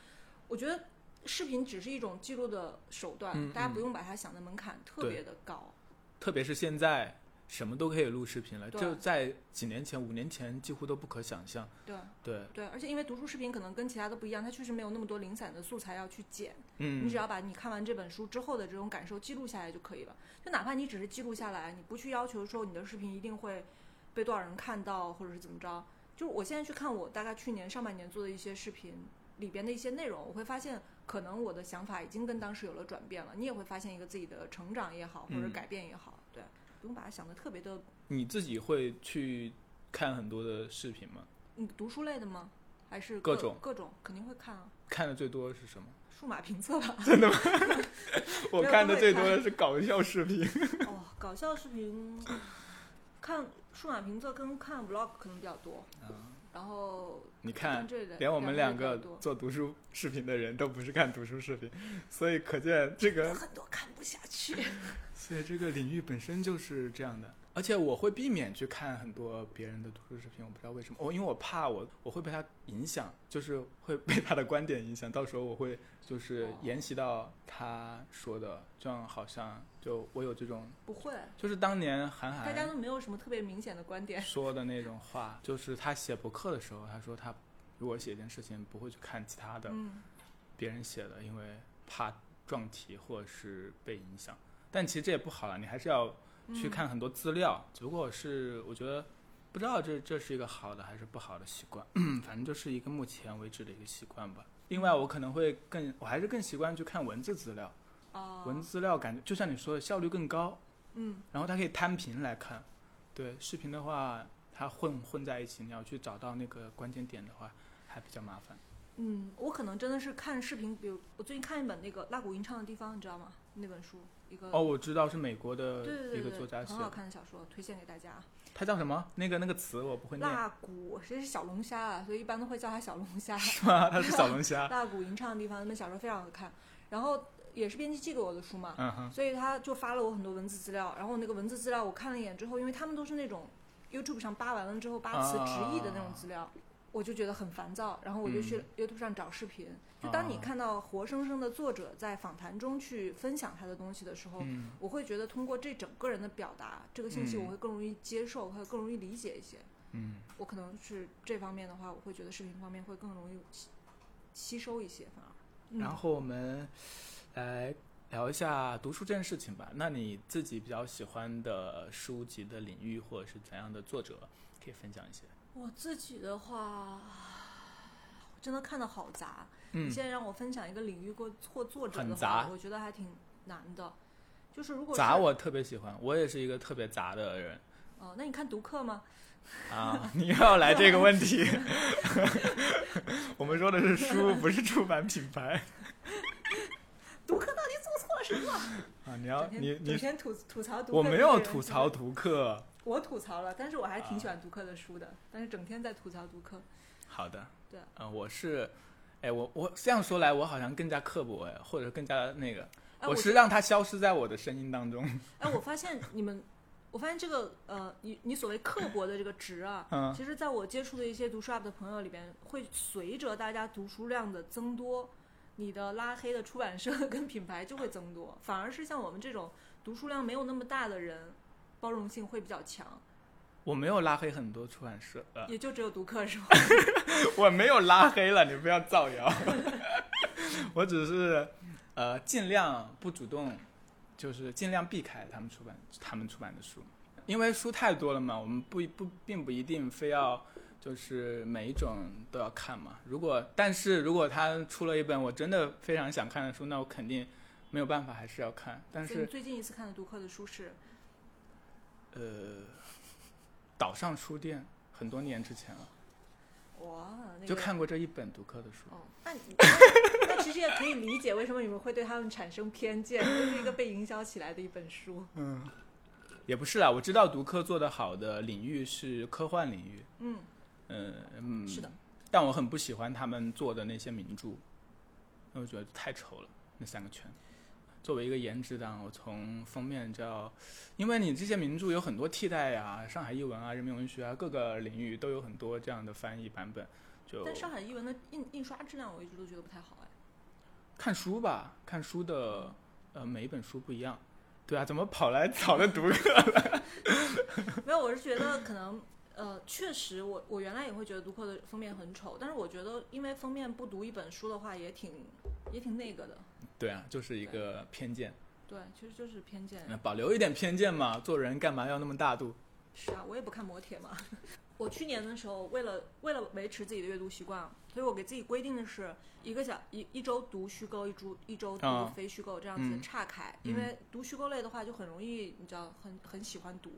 我觉得视频只是一种记录的手段，嗯大家嗯不用把它想的门槛特对别的高。特别是现在什么都可以录视频了，对就在几年前、五年前几乎都不可想象。对对，对，而且因为读书视频可能跟其他的不一样，它确实没有那么多零散的素材要去剪，你嗯只，要把你看完这本书之后的这种感受记录下来就可以了。就哪怕你只是记录下来，你不去要求说你的视频一定会被多少人看到，或者是怎么着。就是我现在去看我大概去年上半年做的一些视频里边的一些内容，我会发现可能我的想法已经跟当时有了转变了。你也会发现一个自己的成长也好，或者嗯改变也好，对，不用把它想的特别的。你自己会去看很多的视频吗？你嗯读书类的吗？还是各各种各种肯定会看啊，看的最多的是什么？数码评测吧。我没有看都的会最多的是搞笑视频。 (laughs) 哦，搞笑视频，看数码评测跟看 vlog 可能比较多，然后你看，这类连我们呃两类比较个多做读书视频的人都不是看读书视频，所以可见这个，很多看不下去。 (laughs) 所以这个领域本身就是这样的。而且我会避免去看很多别人的读书视频，我不知道为什么，哦，因为我怕我我会被他影响，就是会被他的观点影响，到时候我会就是哦沿袭到他说的，这样好像就我有这种，不会，就是当年韩寒大家都没有什么特别明显的观点。说的那种话，就是他写博客的时候，他说他如果写一件事情不会去看其他的嗯，别人写的，因为怕撞题或者是被影响。但其实这也不好了，你还是要去嗯。看很多资料。只不过是我觉得不知道这这是一个好的还是不好的习惯， (clears throat) 反正就是一个目前为止的一个习惯吧。另外，我可能会更，我还是更习惯去看文字资料，啊，文字资料感觉就像你说的效率更高。嗯，然后它可以摊平来看。对视频的话，它混混在一起，你要去找到那个关键点的话，还比较麻烦。嗯，我可能真的是看视频，比如我最近看一本那个《蜡骨吟唱的地方》，你知道吗？那本书，一个哦，我知道是美国的嗯对对一对个对作家写很好的，看的小说，推荐给大家。他叫什么？那个那个词我不会 (laughs) 念，蜡骨，谁是小龙虾啊？所以一般都会叫它小龙 (laughs) 虾。是吗？他是小龙虾。 (laughs) 大鼓吟唱的地方，那本小说非常好看。然后也是编辑寄给我的书嘛，嗯哼，所以他就发了我很多文字资料。然后我那个文字资料我看了一眼之后，因为他们都是那种 YouTube 上扒完了之后扒词直译的那种资啊料，我就觉得很烦躁。然后我就嗯去 YouTube 上找视频。就当你啊看到活生生的作者在访谈中去分享他的东西的时候，嗯，我会觉得通过这整个人的表达，这个信息嗯我会更容易接受，还有更容易理解一些。嗯，我可能是这方面的话，我会觉得视频方面会更容易吸吸收一些，反而。嗯然后我们来聊一下读书这件事情吧。那你自己比较喜欢的书籍的领域，或者是怎样的作者，可以分享一些？我自己的话，我真的看的好杂。你嗯现在让我分享一个领域或或作者很的杂话，我觉得还挺难的。就是如果杂是我特别喜欢，我也是一个特别杂的人。哦，那你看读客吗？ (laughs) 啊，你又要来这个问题？我们说的是书，不是出版品牌读客到底做错了什么？啊！你要整天你整你，天吐吐槽读客，我没有吐槽，读客。我吐槽了，但是我还挺啊喜欢读客的书的，但是整天在吐槽读客。好的，对呃，我是，哎，我我这样说来，我好像更加刻薄哎，或者更加那个，哎，我我是让它消失在我的声音当中。哎，我发现你们，我发现这个呃，你你所谓刻薄的这个值啊，嗯其实在我接触的一些读书 UP 的朋友里边，会随着大家读书量的增多，你的拉黑的出版社 (laughs) 跟品牌就会增多。反而是像我们这种读书量没有那么大的人，包容性会比较强，我没有拉黑很多出版社，呃，也就只有读客是吧？我没有拉黑了，你不要造谣。 (laughs) 我只是呃尽量不主动，就是尽量避开他们出版他们出版的书，因为书太多了嘛，我们不不并不一定非要就是每一种都要看嘛。如果但是如果他出了一本我真的非常想看的书，那我肯定没有办法还是要看。但所以你是最近一次看的读客的书是呃，岛上书店很多年之前了，哇，那个就看过这一本读客的书。哦，那你那其实也可以理解为什么你们会对他们产生偏见，就是一个被营销起来的一本书。也不是啦，我知道读科做得好的领域是科幻领域，嗯，嗯嗯，是的，但我很不喜欢他们做的那些名著，因为我觉得太丑了，那三个圈。作为一个颜值党，我从封面叫，因为你这些名著有很多替代呀、上海译文啊、人民文学啊，各个领域都有很多这样的翻译版本。就但上海译文的印印刷质量我一直都觉得不太好哎。看书吧，看书的，呃，每一本书不一样。对啊，怎么跑来 (laughs) 讨论读客？ (laughs) 没有，我是觉得可能呃，确实我我原来也会觉得读客的封面很丑，但是我觉得因为封面不读一本书的话，也挺也挺那个的。对啊，就是一个偏见。对，其实就是偏见。那嗯保留一点偏见嘛，做人干嘛要那么大度？是啊，我也不看磨铁嘛。 (laughs) 我去年的时候，为了为了维持自己的阅读习惯，所以我给自己规定的是一个小一一周读虚构，一周一周读啊非虚构，这样子嗯岔开。嗯因为读虚构类的话，就很容易，你知道，很很喜欢读，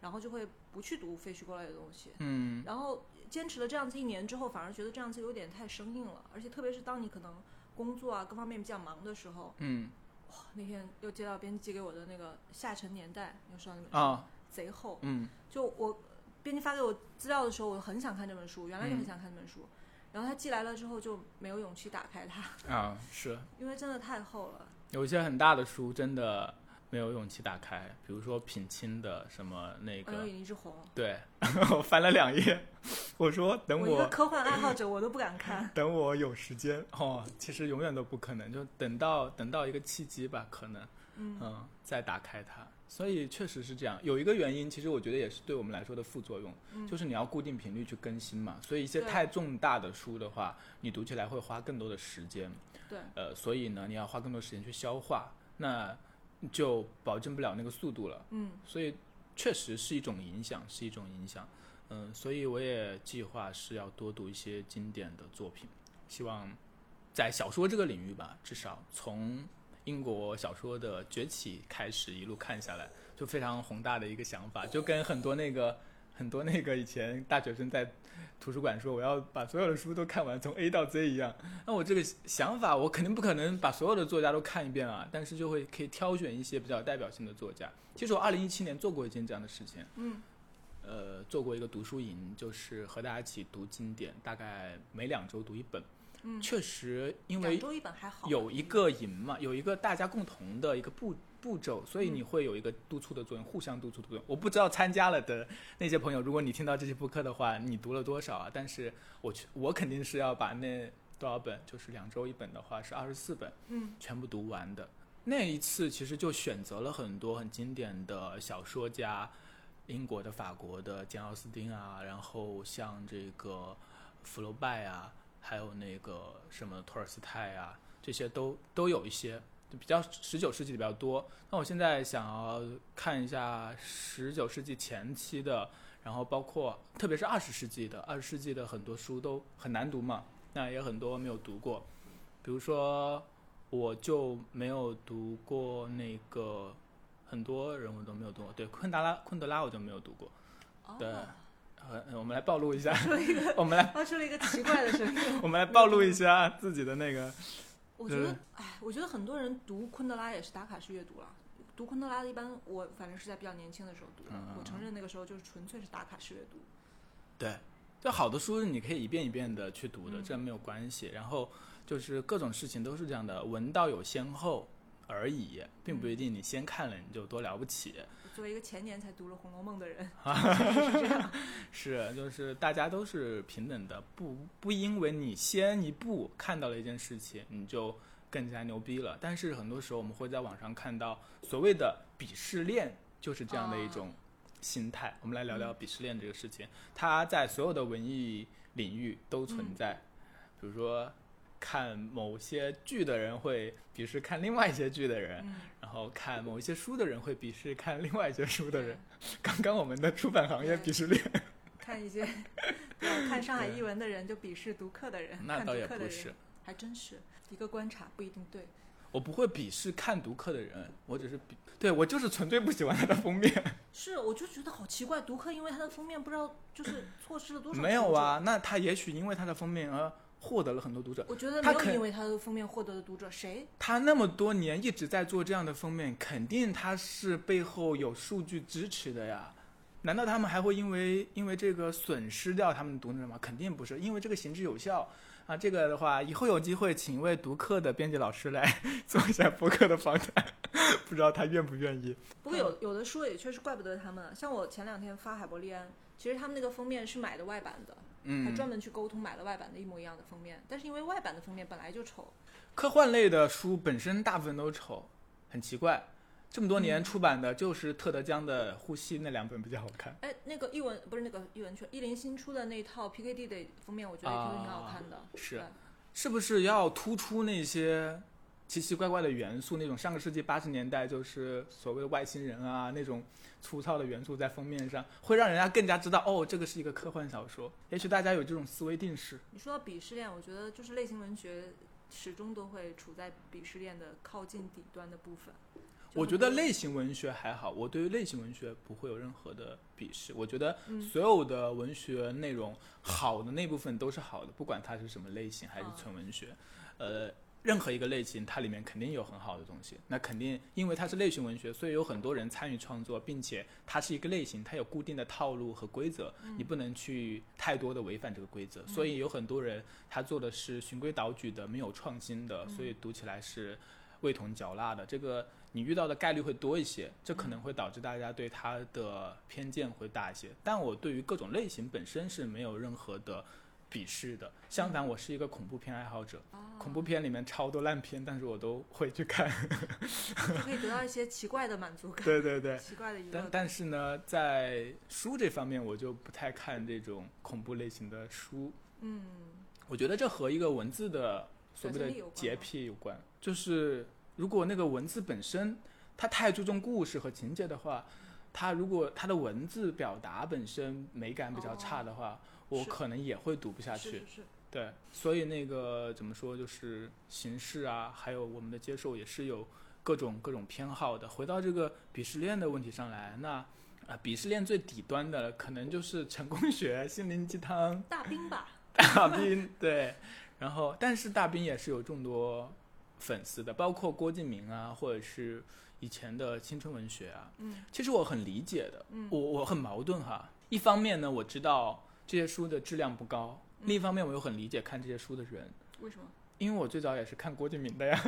然后就会不去读非虚构类的东西。嗯，然后坚持了这样子一年之后，反而觉得这样子有点太生硬了，而且特别是当你可能工作啊各方面比较忙的时候，嗯哇，那天又接到编辑寄给我的那个《下沉年代》，你有收到那本书啊、吗？贼厚。嗯就我编辑发给我资料的时候，我很想看这本书，原来就很想看这本书，嗯然后他寄来了之后就没有勇气打开它，啊，是因为真的太厚了。有一些很大的书真的没有勇气打开，比如说品清的什么那我有个，引力之红，对 (laughs) 我翻了两页，我说等一个我嗯科幻爱好者，我都不 (laughs) 敢看。等我有时间哦，其实永远都不可能，就等到等到一个契机吧，可能嗯，嗯再打开它。所以确实是这样，有一个原因，其实我觉得也是对我们来说的副作用，嗯就是你要固定频率去更新嘛。所以一些对太重大的书的话，你读起来会花更多的时间。对，呃，所以呢，你要花更多时间去消化，那就保证不了那个速度了。嗯，所以确实是一种影响，是一种影响。嗯，所以我也计划是要多读一些经典的作品，希望在小说这个领域吧，至少从英国小说的崛起开始一路看下来，就非常宏大的一个想法，就跟很多那个。 (laughs) 很多那个以前大学生在图书馆说我要把所有的书都看完，从 A 到 Z 一样。那我这个想法，我肯定不可能把所有的作家都看一遍啊，但是就会可以挑选一些比较有代表性的作家。其实我二零一七年做过一件这样的事情，嗯，呃，做过一个读书营，就是和大家一起读经典，大概每两周读一本。嗯确实，因两为周一本还好。有一个营嘛，有一个大家共同的一个步步嗯骤，所以你会有一个督促的作用，互相督促的作用。我不知道参加了的那些朋友，如果你听到这期播客的话，你读了多少啊？但是我去，我肯定是要把那多少本，就是两周一本的话是二十四本，嗯，全部读完的。那一次其实就选择了很多很经典的小说家，英国的、法国的简奥斯汀啊，然后像这个福楼拜啊，还有那个什么托尔斯泰啊，这些都都有一些，就比较十九世纪的比较多。那我现在想要看一下十九世纪前期的，然后包括特别是二十世纪的，二十世纪的很多书都很难读嘛，那也很多没有读过，比如说我就没有读过那个很多人我都没有读过，对昆达拉昆德拉我就没有读过，对哦，呃，我们来暴露一下，我们来发出了一个奇怪的 (laughs) 声音。我们来暴露一下自己的那个，我觉得对，哎，我觉得很多人读昆德拉也是打卡式阅读了。读昆德拉的，一般我反正是在比较年轻的时候读的。嗯我承认那个时候就是纯粹是打卡式阅读。对，就好的书你可以一遍一遍的去读的，嗯这没有关系。然后就是各种事情都是这样的，文道有先后，而已，并不一定你先看了你就多了不起。我作为一个前年才读了《红楼梦》(laughs) 的人，是，就是大家都是平等的，不不因为你先一步看到了一件事情，你就更加牛逼了。但是很多时候我们会在网上看到所谓的鄙视链，就是这样的一种心态。我们来聊聊鄙视链这个事情，它在所有的文艺领域都存在。比如说，看某些剧的人会鄙视看另外一些剧的人，嗯，然后看某一些书的人会鄙视看另外一些书的人。刚刚我们的出版行业鄙视链。看一些对啊看上海对译文的人就鄙视读客的人，那 (laughs) 看倒读也客的不人是，还真是一个观察不一定对。我不会鄙视看读客的人，我只是鄙，对我就是纯粹不喜欢它的封面。是，我就觉得好奇怪，读客因为它的封面不知道就是错失了多少没有读者啊，那他也许因为他的封面而获得了很多读者。我觉得他没有肯因为他的封面获得的读者，谁他那么多年一直在做这样的封面，肯定他是背后有数据支持的呀。难道他们还会因为因为这个损失掉他们的读者吗？肯定不是，因为这个行之有效啊。这个的话，以后有机会请一位读客的编辑老师来 (laughs) 做一下播客的访谈， (laughs) 不知道他愿不愿意。不嗯过有有的书也确实怪不得他们，像我前两天发海伯利安，其实他们那个封面是买的外版的，还嗯，专门去沟通买了外版的一模一样的封面，但是因为外版的封面本来就丑，科幻类的书本身大部分都丑，很奇怪。这么多年出版的就是特德·江的《呼吸》那两本比较好看。哎，那个译文不是那个译文圈，译林新出的那套 PKD 的封面，我觉得也挺挺啊好看的。是对，是不是要突出那些奇奇怪怪的元素？那种上个世纪八十年代就是所谓的外星人啊，那种粗糙的元素在封面上，会让人家更加知道哦，这个是一个科幻小说。也许大家有这种思维定式。你说到鄙视链，我觉得就是类型文学始终都会处在鄙视链的靠近底端的部分。就我很觉得多类型文学还好，我对于类型文学不会有任何的鄙视。我觉得嗯所有的文学内容，好的那部分都是好的，不管它是什么类型还是啊纯文学，呃，任何一个类型它里面肯定有很好的东西。那肯定因为它是类型文学，所以有很多人参与创作，并且它是一个类型，它有固定的套路和规则，你不能去太多的违反这个规则。所以有很多人他做的是循规蹈矩的，没有创新的，所以读起来是味同嚼蜡的。这个你遇到的概率会多一些，这可能会导致大家对它的偏见会大一些。但我对于各种类型本身是没有任何的鄙视的，相反，我是一个恐怖片爱好者，啊，恐怖片里面超多烂片，但是我都会去看。就可以得到一些奇怪的满足感，对对对。奇怪的娱乐但感。但是呢，在书这方面，我就不太看这种恐怖类型的书，嗯，我觉得这和一个文字的所谓想的象力有关吗洁癖有关，就是如果那个文字本身它太注重故事和情节的话，它如果它的文字表达本身美感比较差的话，我哦是可能也会读不下去。是是是，对，所以那个怎么说，就是形式啊，还有我们的接受也是有各种各种偏好的。回到这个鄙视链的问题上来，那啊、呃鄙视链最底端的可能就是成功学、心灵鸡汤、大兵吧， (laughs) 大兵，对。然后，但是大兵也是有众多粉丝的，包括郭敬明啊，或者是以前的青春文学啊。嗯，其实我很理解的，嗯我我很矛盾哈。一方面呢，我知道这些书的质量不高；嗯另一方面，我又很理解看这些书的人，为什么？因为我最早也是看郭敬明的呀。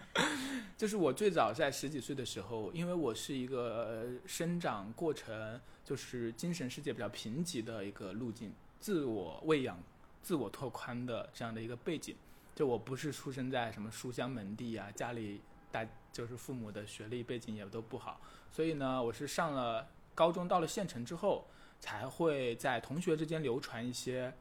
(laughs) 就是我最早在十几岁的时候，因为我是一个呃生长过程就是精神世界比较贫瘠的一个路径，自我喂养、自我拓宽的这样的一个背景。就我不是出生在什么书香门第啊，家里大就是父母的学历背景也都不好，所以呢，我是上了高中到了县城之后，才会在同学之间流传一些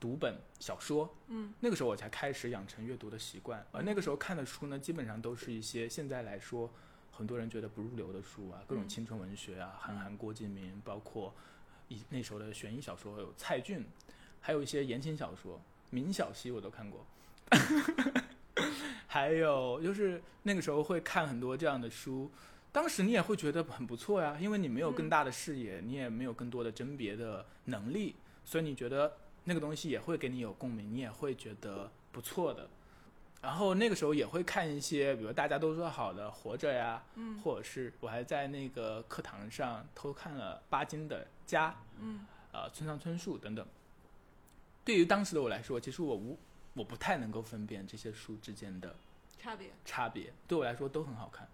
读本小说，嗯，那个时候我才开始养成阅读的习惯，而那个时候看的书呢，基本上都是一些现在来说很多人觉得不入流的书啊，各种嗯青春文学啊，韩嗯寒、郭敬明，包括一那时候的悬疑小说有蔡骏，还有一些言情小说，明晓溪我都看过， (laughs) 还有就是那个时候会看很多这样的书。当时你也会觉得很不错呀，因为你没有更嗯大的视野，你也没有更多的甄别的能力，所以你觉得那个东西也会给你有共鸣，你也会觉得不错的。然后那个时候也会看一些，比如大家都说好的《活着》呀，嗯或者是我还在那个课堂上偷看了巴金的《家》，嗯，呃，村上春树等等。对于当时的我来说，其实我无我不太能够分辨这些书之间的差别。差别，对我来说都很好看。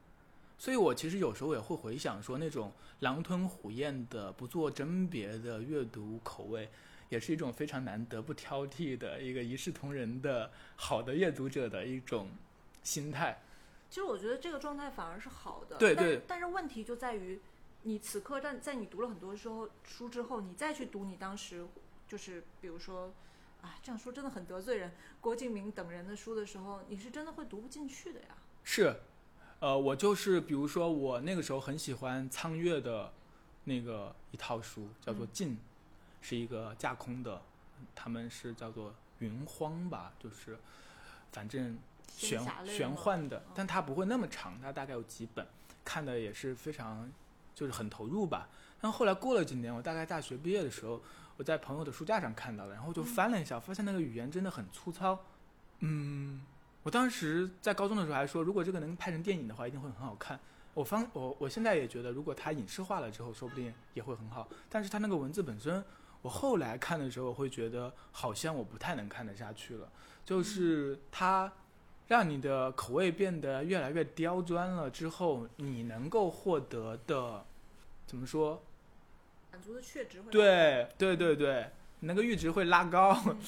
所以我其实有时候也会回想说，那种狼吞虎咽的、不做甄别的阅读口味，也是一种非常难得、不挑剔的一个一视同仁的好的阅读者的一种心态。其实我觉得这个状态反而是好的，对对但。但是问题就在于，你此刻在在你读了很多之后书之后，你再去读你当时就是比如说，啊，这样说真的很得罪人，郭敬明等人的书的时候，你是真的会读不进去的呀。是，呃，我就是比如说我那个时候很喜欢苍月的那个一套书，叫做《静》，是一个架空的，他们是叫做云荒吧，就是反正仙玄侠类的嗯玄嘛，幻的，但它不会那么长，它大概有几本，看的也是非常就是很投入吧。但后来过了几年，我大概大学毕业的时候，我在朋友的书架上看到了，然后就嗯翻了一下，发现那个语言真的很粗糙。嗯，我当时在高中的时候还说，如果这个能拍成电影的话，一定会很好看。我方我我现在也觉得，如果它影视化了之后，说不定也会很好。但是它那个文字本身，我后来看的时候，我会觉得好像我不太能看得下去了，就是它让你的口味变得越来越刁钻了之后，你能够获得的怎么说？满足的确值会对对对对，你那个阈值会拉高， (laughs) 嗯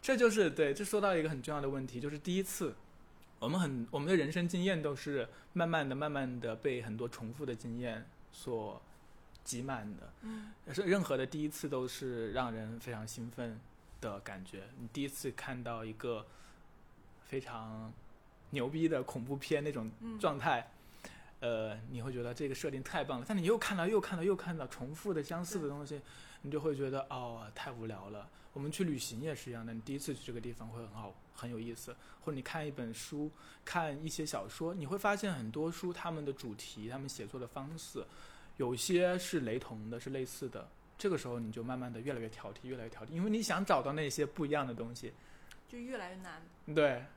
这就是对，这说到一个很重要的问题，就是第一次，我们很我们的人生经验都是慢慢的、慢慢的被很多重复的经验所挤满的。嗯是任何的第一次都是让人非常兴奋的感觉。你第一次看到一个非常牛逼的恐怖片那种嗯状态，呃，你会觉得这个设定太棒了。但你又看到又看到又看到重复的相似的东西，你就会觉得哦太无聊了。我们去旅行也是一样的，你第一次去这个地方会很好很有意思，或者你看一本书，看一些小说，你会发现很多书他们的主题、他们写作的方式，有些是雷同的，是类似的。这个时候你就慢慢的越来越挑剔，越来越挑剔，因为你想找到那些不一样的东西。就越来越难，对，啊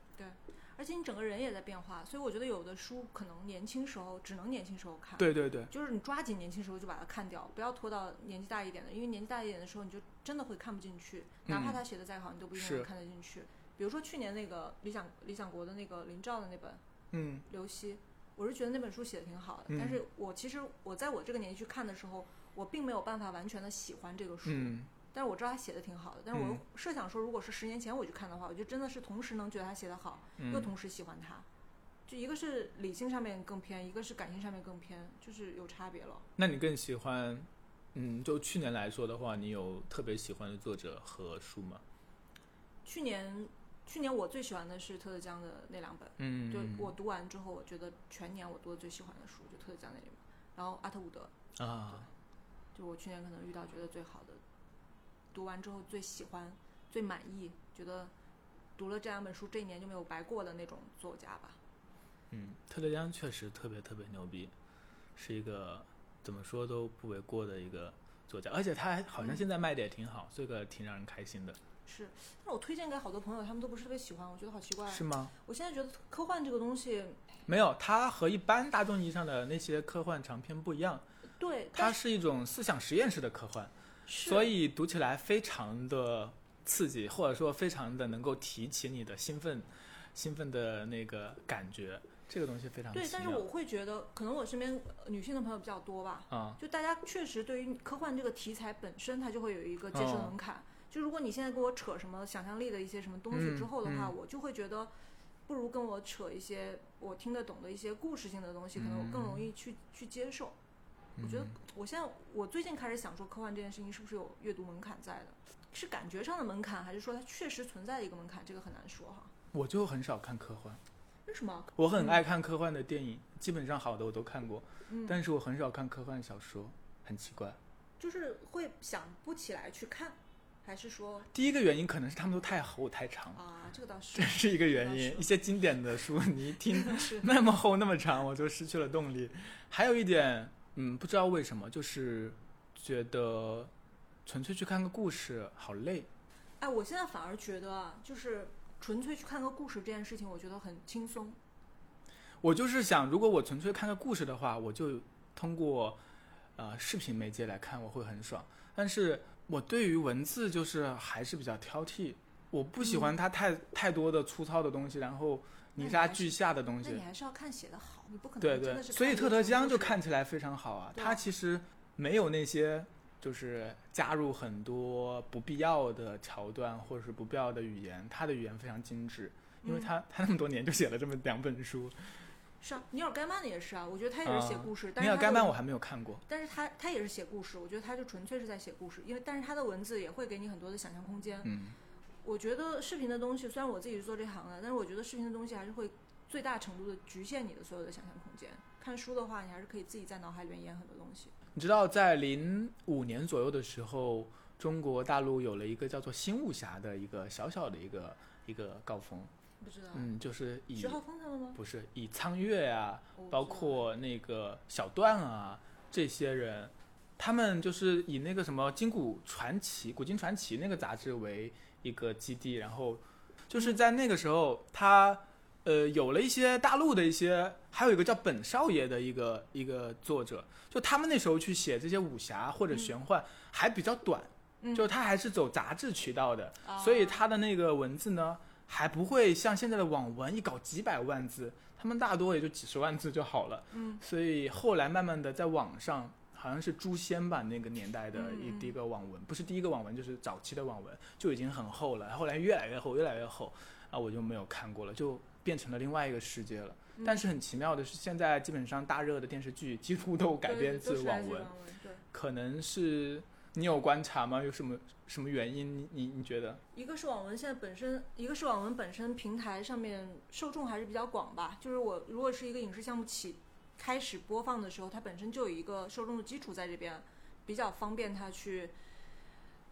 而且你整个人也在变化，所以我觉得有的书可能年轻时候只能年轻时候看，对对对，就是你抓紧年轻时候就把它看掉，不要拖到年纪大一点的，因为年纪大一点的时候你就真的会看不进去，哪怕嗯他写的再好，你都不一定是能看得进去。比如说去年那个理想理想国的那个林兆的那本《嗯刘希》，我是觉得那本书写的挺好的，嗯但是我其实我在我这个年纪去看的时候，我并没有办法完全的喜欢这个书，嗯，但是我知道他写的挺好的，但是我又嗯设想说，如果是十年前我去看的话，我就真的是同时能觉得他写的好，又嗯同时喜欢他。就一个是理性上面更偏，一个是感性上面更偏，就是有差别了。那你更喜欢，嗯，就去年来说的话，你有特别喜欢的作者和书吗？去年，去年我最喜欢的是特德·江的那两本，嗯，就我读完之后，我觉得全年我读的最喜欢的书就特德·江那里面，然后阿特伍德，啊，就我去年可能遇到觉得最好的，读完之后最喜欢、最满意，觉得读了这两本书这一年就没有白过的那种作家吧。嗯，特德江确实特别特别牛逼，是一个怎么说都不为过的一个作家，而且他还好像嗯现在卖的也挺好，这个挺让人开心的，是，但是我推荐给好多朋友，他们都不是特别喜欢，我觉得好奇怪。是吗？我现在觉得科幻这个东西，没有，它和一般大众意义上的那些科幻长篇不一样，对，它但是一种思想实验式的科幻，是所以读起来非常的刺激，或者说非常的能够提起你的兴奋、兴奋的那个感觉，这个东西非常对，奇但是妙我会觉得，可能我身边呃女性的朋友比较多吧，啊、就大家确实对于科幻这个题材本身，它就会有一个接受哦门槛。就如果你现在跟我扯什么想象力的一些什么东西嗯之后的话，嗯我就会觉得，不如跟我扯一些我听得懂的一些故事性的东西，可能我更容嗯易去、去接受。我觉得我现在我最近开始想说，科幻这件事情是不是有阅读门槛在的？是感觉上的门槛，还是说它确实存在的一个门槛？这个很难说哈。我就很少看科幻，为什么？我很爱看科幻的电影，基本上好的我都看过，嗯，但是我很少看科幻小说，很奇怪。就是会想不起来去看，还是说第一个原因可能是他们都太厚太长，啊，这个倒是这是一个原那因。是一些经典的书，你一 (laughs) 听 (laughs) 是那么厚那么长，我就失去了动力。还有一点，嗯，不知道为什么，就是觉得纯粹去看个故事好累。哎，我现在反而觉得啊，就是纯粹去看个故事这件事情，我觉得很轻松。我就是想，如果我纯粹看个故事的话，我就通过呃视频媒介来看，我会很爽。但是我对于文字就是还是比较挑剔，我不喜欢它太太多的粗糙的东西，然后泥沙俱下的东那西你。还是要看写的好，你不可能对真对，的是看所以这特个德全江部就是看起来非常好啊，对啊它其实没有那些就是加入很多不必要的桥段或者是不必要的语言，它的语言非常精致，因为嗯他、他那么多年就写了这么两本书。是啊，尼尔盖曼的也是啊，我觉得他也是写啊故事，但尼是尔他盖的曼文我还没有看过，但是他他也是写故事，我觉得他就纯粹是在写故事，因为但是他的文字也会给你很多的想象空间。嗯我觉得视频的东西，虽然我自己是做这行的，但是我觉得视频的东西还是会最大程度的局限你的所有的想象空间。看书的话，你还是可以自己在脑海里面演很多东西。你知道在零五年左右的时候，中国大陆有了一个叫做新武侠的一个小小的一个一个高峰，不知道，嗯，就是以徐浩峰他们吗？不是以苍月啊，我不包知道括那个小段啊这些人，他们就是以那个什么《金谷传奇》《古今传奇》那个杂志为一个基地，然后就是在那个时候，他呃有了一些大陆的一些，还有一个叫本少爷的一个一个作者，就他们那时候去写这些武侠或者嗯玄幻、还比较短，嗯就他还是走杂志渠道的，啊所以他的那个文字呢，还不会像现在的网文一搞几百万字，他们大多也就几十万字就好了。嗯所以后来慢慢的在网上，好像是诛仙吧那个年代的嗯一嗯第一个网文，不是第一个网文，就是早期的网文就已经很厚了，后来越来越厚，越来越厚，啊，我就没有看过了，就变成了另外一个世界了。嗯但是很奇妙的是，现在基本上大热的电视剧几乎都改对编对都自是来网自文，网文对。可能是你有观察吗？有什么什么原因？你你你觉得？一个是网文现在本身，一个是网文本身平台上面受众还是比较广吧。就是我如果是一个影视项目起开始播放的时候，它本身就有一个受众的基础在这边，比较方便它去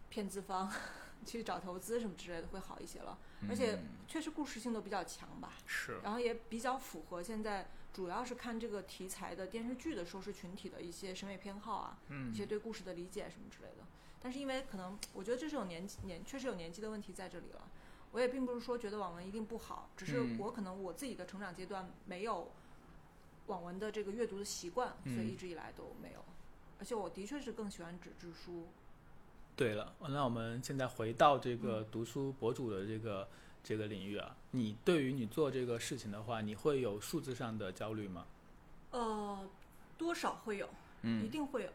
骗资方、 (laughs) 去找投资什么之类的会好一些了。而且嗯确实故事性都比较强吧，是然后也比较符合现在主要是看这个题材的电视剧的收视群体的一些审美偏好啊。嗯一些对故事的理解什么之类的。但是因为可能我觉得这是有年纪年确实有年纪的问题在这里了。我也并不是说觉得网文一定不好，只是嗯我可能我自己的成长阶段没有网文的这个阅读的习惯，所以嗯一直以来都没有。而且我的确是更喜欢纸质书。对了，那我们现在回到这嗯个读书博主的这个、这个领域啊，你对于你做这个事情的话，你会有数字上的焦虑吗？呃，多少会有，一嗯定会有。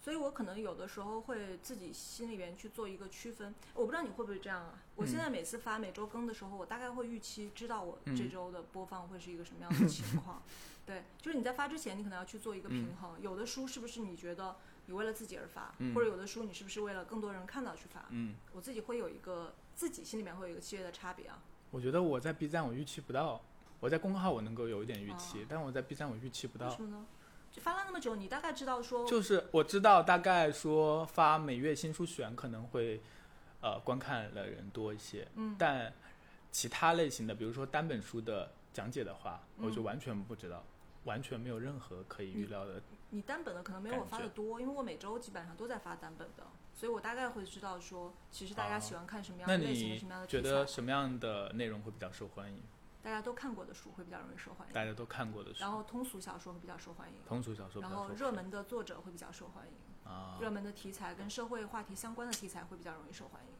所以我可能有的时候会自己心里面去做一个区分。我不知道你会不会这样啊？我现嗯在每次发每周更的时候，我大概会预期知道我这嗯周的播放会是一个什么样的情 (laughs) 况。对，就是你在发之前，你可能要去做一个平嗯衡。有的书是不是你觉得你为了自己而发，嗯或者有的书你是不是为了更多人看到去发？嗯，我自己会有一个自己心里面会有一个契约的差别啊。我觉得我在 B 站我预期不到，我在公众号我能够有一点预期，哦但我在 B 站我预期不为到什。么呢？就发了那么久，你大概知道说就是我知道大概说发每月新书选可能会，呃，观看的人多一些，嗯但其他类型的，比如说单本书的讲解的话，我就嗯完全不知道，完全没有任何可以预料的你单本的可能没有我发的多，因为我每周基本上都在发单本的，所以我大概会知道说，其实大家喜欢看什么样啊那的类型的你什么样的觉题得材，什么样的内容会比较受欢迎？大家都看过的书会比较容易受欢大迎，家都看过的书然，后通俗小说会比较受欢迎，通俗小说比然较受后欢迎热门的作者会比较受欢迎，啊。热门的题材跟社会话题相关的题材会比较容易受欢迎。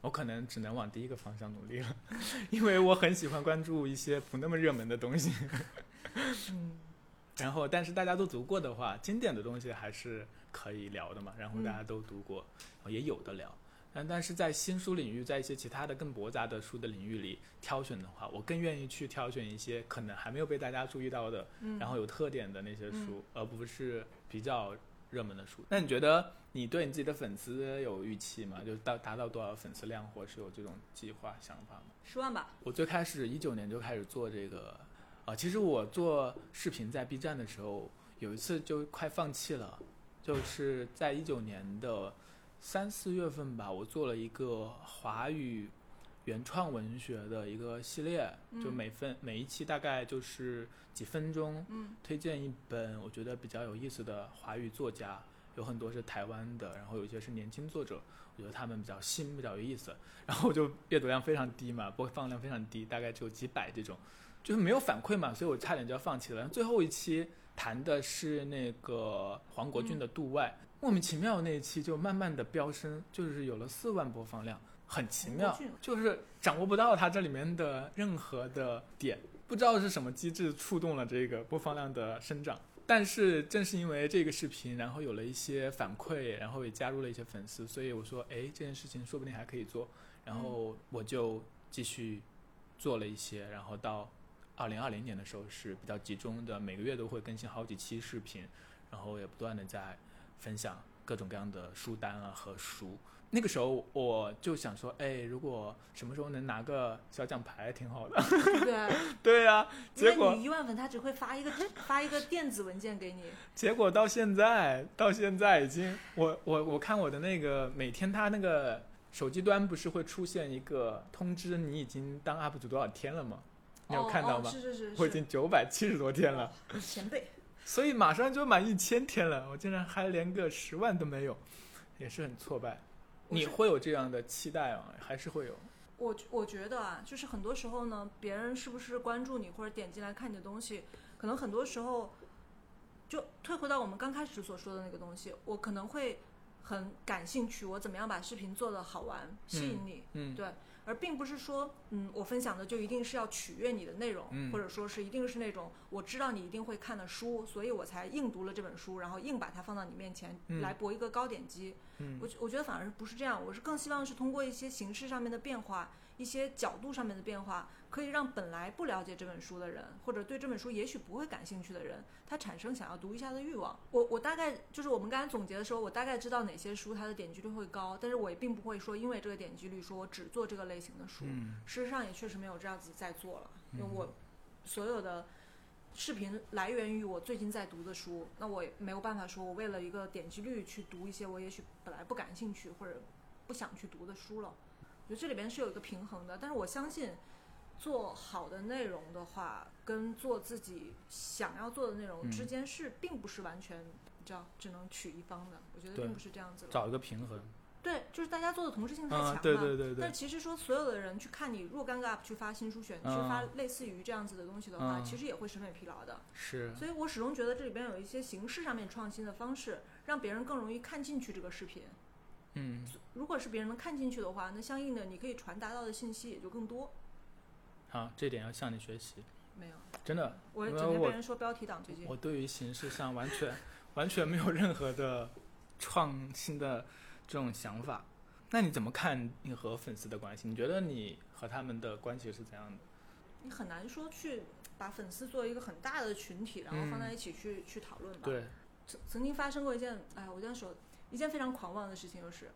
我可能只能往第一个方向努力了， (laughs) 因为我很喜欢关注一些不那么热门的东西。嗯，然后，但是大家都读过的话，经典的东西还是可以聊的嘛。然后嗯大家都读过，然后也有的聊。但但是在新书领域，在一些其他的更驳杂的书的领域里挑选的话，我更愿意去挑选一些可能还没有被大家注意到的，嗯然后有特点的那些嗯书，而不是比较热门的书。那你觉得你对你自己的粉丝有预期吗？就是到达到多少粉丝量，或是有这种计划想法吗？十万吧，我最开始一九年就开始做这个，啊、其实我做视频在 B 站的时候，有一次就快放弃了，就是在一九年的三四月份吧，我做了一个华语原创文学的一个系列，就嗯每分每一期大概就是几分钟， (laughs) 嗯推荐一本我觉得比较有意思的华语作家，有很多是台湾的，然后有一些是年轻作者，我觉得他们比较新，比较有意思。 (laughs) 然后我就阅读量非常低嘛，播放量非常低，大概只有几百这种，就是没有反馈嘛，所以我差点就要放弃了。最后一期谈的是那个黄国俊的《度外》，莫名其妙那一期就慢慢的飙升，就是有了四万播放量，很奇妙黄国俊，就是掌握不到它这里面的任何的点，不知道是什么机制触动了这个播放量的生长。但是正是因为这个视频，然后有了一些反馈，然后也加入了一些粉丝，所以我说，哎，这件事情说不定还可以做，然后我就继续做了一些，然后到二零二零年的时候是比较集中的，每个月都会更新好几期视频，然后也不断的在分享各种各样的书单啊和书。那个时候我就想说，哎，如果什么时候能拿个小奖牌挺好的。 (laughs) 对不对？对呀、因结为果你一万粉，他只会发一个发一个电子文件给你，结果到现在，到现在已经，我我我看我的那个每天他那个手机端不是会出现一个通知，你已经当 UP 主多少天了吗？你有哦看到哦吗？是是是，我已是经九百七十多天了。前辈，所以马上就满一千天了，我竟然还连个十万都没有，也是很挫败。我是你会有这样的期待啊？还是会有？我我觉得啊，就是很多时候呢，别人是不是关注你或者点进来看你的东西，可能很多时候就退回到我们刚开始所说的那个东西，我可能会很感兴趣，我怎么样把视频做的好玩，吸引你，嗯而并不是说，嗯，我分享的就一定是要取悦你的内容，嗯或者说是一定是那种我知道你一定会看的书，所以我才硬读了这本书，然后硬把它放到你面前、嗯来博一个高点击。嗯我觉我觉得反而不是这样，我是更希望是通过一些形式上面的变化，一些角度上面的变化，可以让本来不了解这本书的人，或者对这本书也许不会感兴趣的人，他产生想要读一下的欲望。我我大概就是我们刚才总结的时候，我大概知道哪些书它的点击率会高，但是我也并不会说因为这个点击率说我只做这个类型的书。嗯事实上也确实没有这样子在做了，因为嗯我所有的视频来源于我最近在读的书，那我也没有办法说我为了一个点击率去读一些我也许本来不感兴趣或者不想去读的书了。我觉得这里边是有一个平衡的，但是我相信做好的内容的话，跟做自己想要做的内容嗯之间是并不是完全。你知道，只能取一方的，我觉得对并不是这样子的。找一个平衡。对，就是大家做的同质性太强了。啊，对对对对但，其实说所有的人去看你若干个 UP 去发新书选，去嗯发类似于这样子的东西的话，嗯其实也会审美疲劳的。是所以我始终觉得这里边有一些形式上面创新的方式，让别人更容易看进去这个视频。嗯，如果是别人能看进去的话，那相应的你可以传达到的信息也就更多。好，这点要向你学习，没有，真的，我因整为天被我人说标题党最近。我对于形式上完全完全没有任何的创新的这种想法。那你怎么看你和粉丝的关系？你觉得你和他们的关系是怎样的？你很难说去把粉丝作为一个很大的群体，然后嗯放在一起去、去讨论吧。对，曾曾经发生过一件，哎，我这样说，一件非常狂妄的事情，就是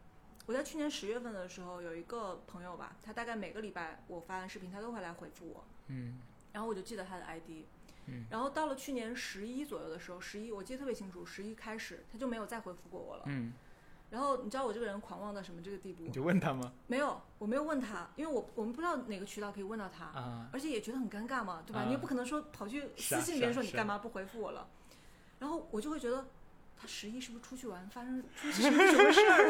我在去年十月份的时候，有一个朋友吧，他大概每个礼拜我发完视频，他都会来回复我，嗯然后我就记得他的 ID，嗯，然后到了去年十一左右的时候，十一我记得特别清楚，十一开始他就没有再回复过我了。嗯，然后你知道我这个人狂妄到什么这个地步你？就问他吗？没有，我没有问他，因为我我们不知道哪个渠道可以问到他，啊，而且也觉得很尴尬嘛，对吧？啊你也不可能说跑去是啊私信别人是啊说你是啊干嘛不回复我了，然后我就会觉得他十一是不是出去玩发生出去是不是什么事儿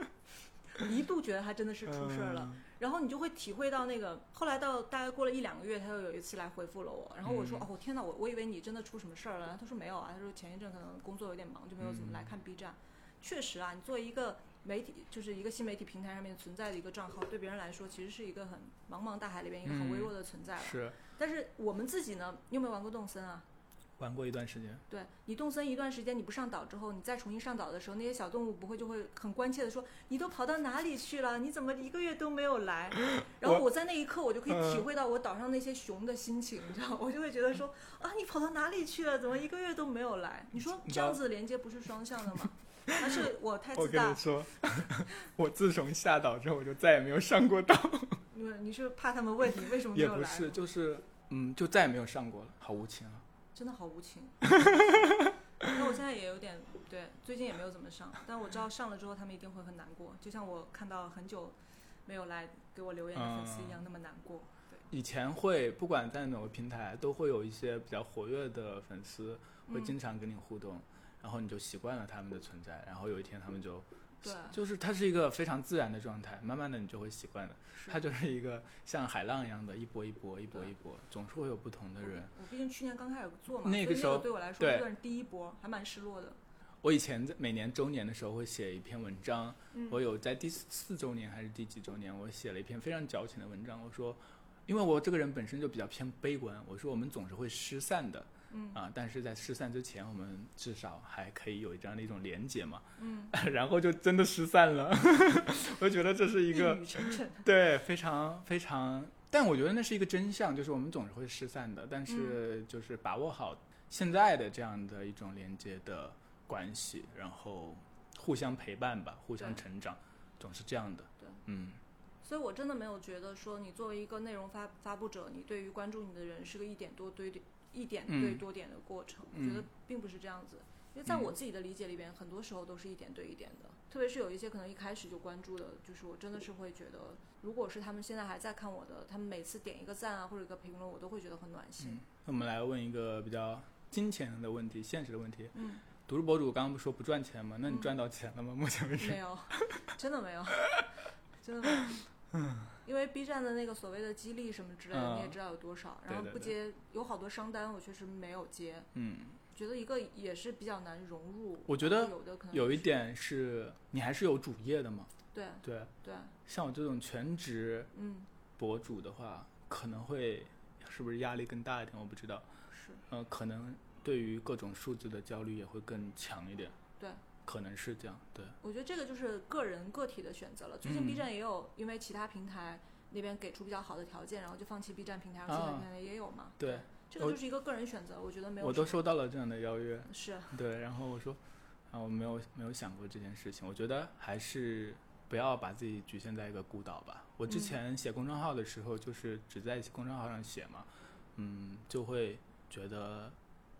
了？ (laughs) 一度觉得他真的是出事儿了，嗯。然后你就会体会到那个，后来到大概过了一两个月，他又有一次来回复了我，然后我说、嗯哦天哪，我我以为你真的出什么事儿了，然后他说没有啊，他说前一阵可能工作有点忙，就没有怎嗯么来看 B 站。确实啊，你作为一个媒体，就是一个新媒体平台上面存在的一个账号，对别人来说其实是一个很茫茫大海里边一个很微嗯弱的存在了。是但是我们自己呢，你有没有玩过动森啊？玩过一段时间，对你动森一段时间你不上岛之后，你再重新上岛的时候，那些小动物不会就会很关切的说：“你都跑到哪里去了？你怎么一个月都没有来？”然后我在那一刻，我就可以体嗯会到我岛上那些熊的心情，你知道吗，我就会觉得说：“啊，你跑到哪里去了？怎么一个月都没有来？”你说你知这道样子连接不是双向的吗？ (laughs) 还是我太我自跟大你？说， (laughs) 我自从下岛之后，我就再也没有上过岛，你你是怕他们问你为什么没也有不来？是，就是嗯，就再也没有上过了，好无情啊！真的好 (laughs) 无情。那我现在也有点对，最近也没有怎么上，但我知道上了之后他们一定会很难过，就像我看到很久没有来给我留言的粉丝一嗯样那么难过。以前会不管在哪个平台，都会有一些比较活跃的粉丝会嗯经常跟你互动，然后你就习惯了他们的存在，然后有一天他们就对，就是它是一个非常自然的状态，慢慢的你就会习惯的。是它就是一个像海浪一样的，一波一波，一波一波，总是会有不同的人。我毕竟去年刚开始做嘛，那个所以时候对我来说对算是第一波，还蛮失落的。我以前在每年周年的时候会写一篇文章，嗯我有在第四周年还是第几周年，我写了一篇非常矫情的文章，我说，因为我这个人本身就比较偏悲观，我说我们总是会失散的，嗯啊，但是在失散之前，我们至少还可以有这样的一种连结嘛，嗯， (laughs) 然后就真的失散 (laughs) 了，我觉得这是一个一语成谶。对，非常非常，但我觉得那是一个真相，就是我们总是会失散的，但嗯是就是把握好现在的这样的一种连接的关系，然后互相陪伴吧，互相对成长，总是这样的。对，嗯，所以我真的没有觉得说你作为一个内容发发布者，你对于关注你的人是个一点多对一点对嗯多点的过程，嗯我觉得并不是这样子。因为在我自己的理解里边，很多时候都是一点对一点的，特别是有一些可能一开始就关注的，就是我真的是会觉得，如果是他们现在还在看我的，他们每次点一个赞啊或者一个评论，我都会觉得很暖心。那我们来问一个比较金钱的问题，现实的问题。嗯，读书博主刚刚不是说不赚钱吗？那你嗯赚到钱了吗？目前为 (laughs) 止没有，真的没有，真的没有。 (laughs) 因为 B 站的那个所谓的激励什么之类的，你也嗯知道有多少，对然后对不对接有好多商单，我确实没有接，嗯，觉得一个也是比较难融入。我觉得有的可能有一是点是你还是有主业的嘛。对对，对，像我这种全职嗯博主的话，可能会是不是压力更大一点？我不知道。是呃，可能对于各种数字的焦虑也会更强一点。对，可能是这样。对，我觉得这个就是个人个体的选择了。最近嗯 B 站也有，因为其他平台那边给出比较好的条件，然后就放弃 B 站平台，而其他啊平台也有嘛。对，这个我就是一个个人选择，我觉得没有我都什么收到了这样的邀约。是对，然后我说，啊，我没有没有想过这件事情。我觉得还是不要把自己局限在一个孤岛吧。我之嗯前写公众号的时候，就是只在公众号上写嘛，嗯，就会觉得，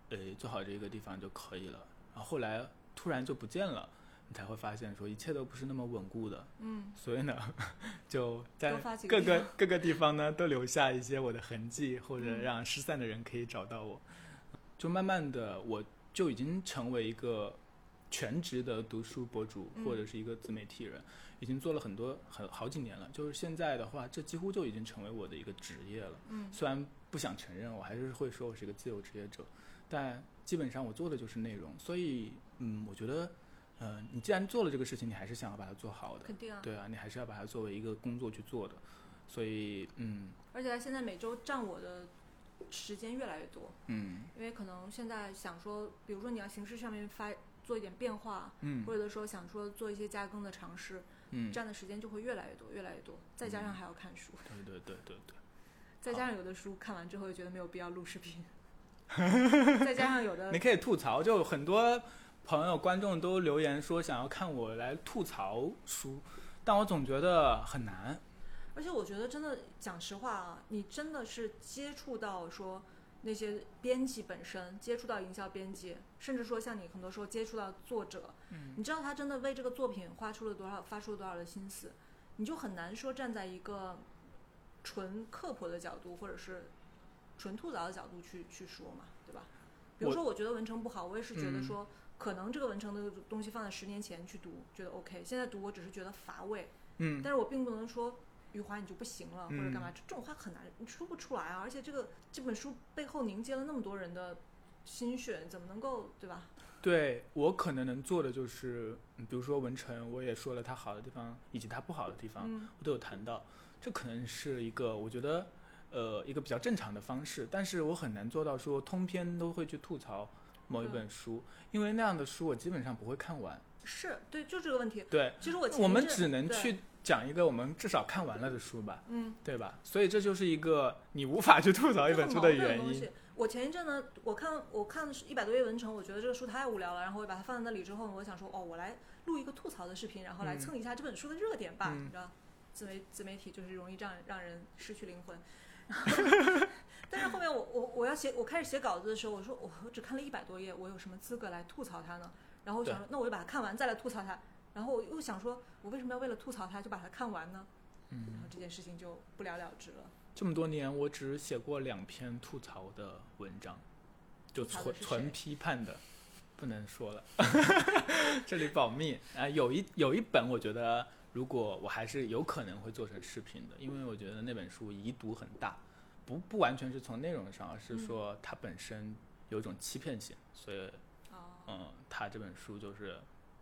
呃，做好这个地方就可以了。然后后来突然就不见了，你才会发现说一切都不是那么稳固的。嗯，所以呢，就在多发几个各地个各个地方呢，都留下一些我的痕迹，或者嗯让失散的人可以找到我。就慢慢的，我就已经成为一个全职的读书博主，嗯或者是一个自媒体人，已经做了很多很好几年了。就是现在的话，这几乎就已经成为我的一个职业了。嗯虽然不想承认，我还是会说我是一个自由职业者，但基本上我做的就是内容。所以，嗯，我觉得，嗯、你既然做了这个事情，你还是想要把它做好的。肯定啊。对啊，你还是要把它作为一个工作去做的。所以，嗯而且它现在每周占我的时间越来越多，嗯因为可能现在想说，比如说你要形式上面发做一点变化，嗯或者说想说做一些加更的尝试，嗯，占的时间就会越来越多，越来越多。再加上还要看书，对对对对对，再加上有的书看完之后又觉得没有必要录 (laughs) 视频，再加上有的你可以吐槽，就很多朋友观众都留言说想要看我来吐槽书，但我总觉得很难。而且我觉得真的讲实话啊，你真的是接触到说那些编辑本身，接触到营销编辑，甚至说像你很多时候接触到作者，嗯你知道他真的为这个作品花出了多少，发出了多少的心思，你就很难说站在一个纯刻薄的角度，或者是纯吐槽的角度去去说嘛，对吧？比如我说，我觉得文成不好，我也是觉得嗯说，可能这个文成的东西放在十年前去读，觉得 OK，现在读我只是觉得乏味，嗯，但是我并不能说余华你就不行了或者干嘛，嗯这种话很难你说不出来啊。而且这个这本书背后凝结了那么多人的心血，怎么能够对吧？对我可能能做的就是，嗯比如说文成，我也说了他好的地方以及他不好的地方，嗯我都有谈到，这可能是一个我觉得，呃，一个比较正常的方式，但是我很难做到说通篇都会去吐槽某一嗯本书，因为那样的书我基本上不会看完。是对，就这个问题。对，其实我前我们一阵只能对去讲一个我们至少看完了的书吧，嗯。对吧？所以这就是一个你无法去吐槽一这本很书矛的盾的原东因。西。我前一阵呢，我看我看一百多页文成，我觉得这个书太无聊了，然后我把它放在那里之后，我想说，哦，我来录一个吐槽的视频，然后来嗯蹭一下这本书的热点吧，嗯你知道，自媒自媒体就是容易让让人失 (laughs) 去灵魂。但是后面我我我要写我开始写稿子的时候，我说我我只看了一百多页，我有什么资格来吐槽它呢？然后我想说，那我就把它看完再来吐槽它。然后我又想说，我为什么要为了吐槽它就把它看完呢？然嗯后，这件事情就不了了之了。这么多年我只写过两篇吐槽的文章，就吐槽的纯是谁纯批判的，不能说了， (laughs) 这里保密啊。有一有一本，我觉得如果我还是有可能会做成视频的，因为我觉得那本书遗毒很大，不不完全是从内容上，而是嗯说它本身有一种欺骗性，所以哦，嗯，它这本书就是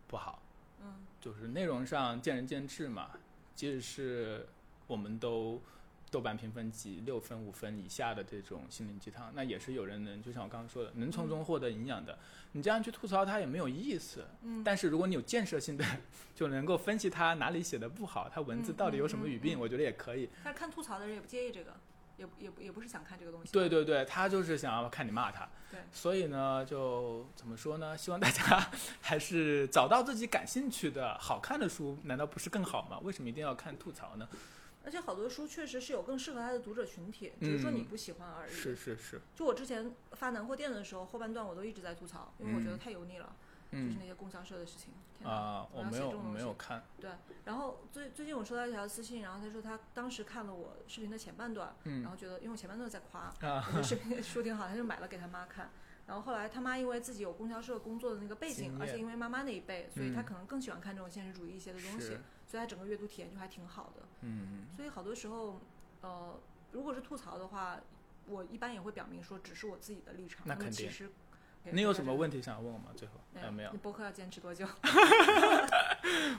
不好，嗯就是内容上见仁见智嘛。即使是我们都豆瓣评分及六分、五分以下的这种心灵鸡汤，那也是有人能，就像我刚刚说的，能从中获得营养的。你这样去吐槽它也没有意思。嗯，但是如果你有建设性的， (laughs) 就能够分析它哪里写的不好，它文字到底有什么语病，嗯嗯嗯嗯我觉得也可以。但是看吐槽的人也不介意这个，也不也不也不是想看这个东西。对对对，他就是想要看你骂他。对所以呢，就怎么说呢？希望大家 (laughs) 还是找到自己感兴趣的、好看的书，难道不是更好吗？为什么一定要看吐槽呢？而且好多书确实是有更适合他的读者群体，只是说嗯你不喜欢而已。是是是，就我之前发南货店的时候，后半段我都一直在吐槽，因为我觉得嗯太油腻了，就是嗯那些供销社的事情。天哪啊、我我要没写有这种东没有西看，然后最最近我收到一条私信，然后他说他当时看了我视频的前半段，嗯然后觉得因为我前半段在夸，啊我觉得 (laughs) 视频书挺好，他就买了给他妈看。然后后来他妈因为自己有供销社工作的那个背经景，验而且因为妈妈那一辈，所以他嗯可能更喜欢看这种现实主义一些的东西，是，所以他整个阅读体验就还挺好的。嗯所以好多时候，呃，如果是吐槽的话，我一般也会表明说只是我自己的立场。那么肯其定实给你大有家什么这问题想要问我吗？最后个？啊，没 (laughs) 有 (laughs) 你。播客要坚持多久？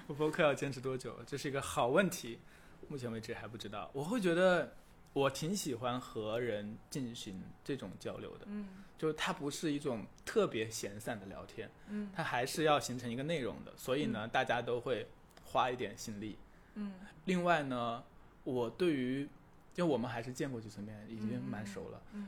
我播客要坚持多久？这是一个好问题，目前为止还不知道。我会觉得我挺喜欢和人进行这种交流的，嗯就是它不是一种特别闲散的聊天，嗯它还是要形成一个内容的。所以呢，大家都会花一点心力。嗯另外呢，我对于因为我们还是见过几次面，已经嗯嗯蛮熟了。 (laughs) 嗯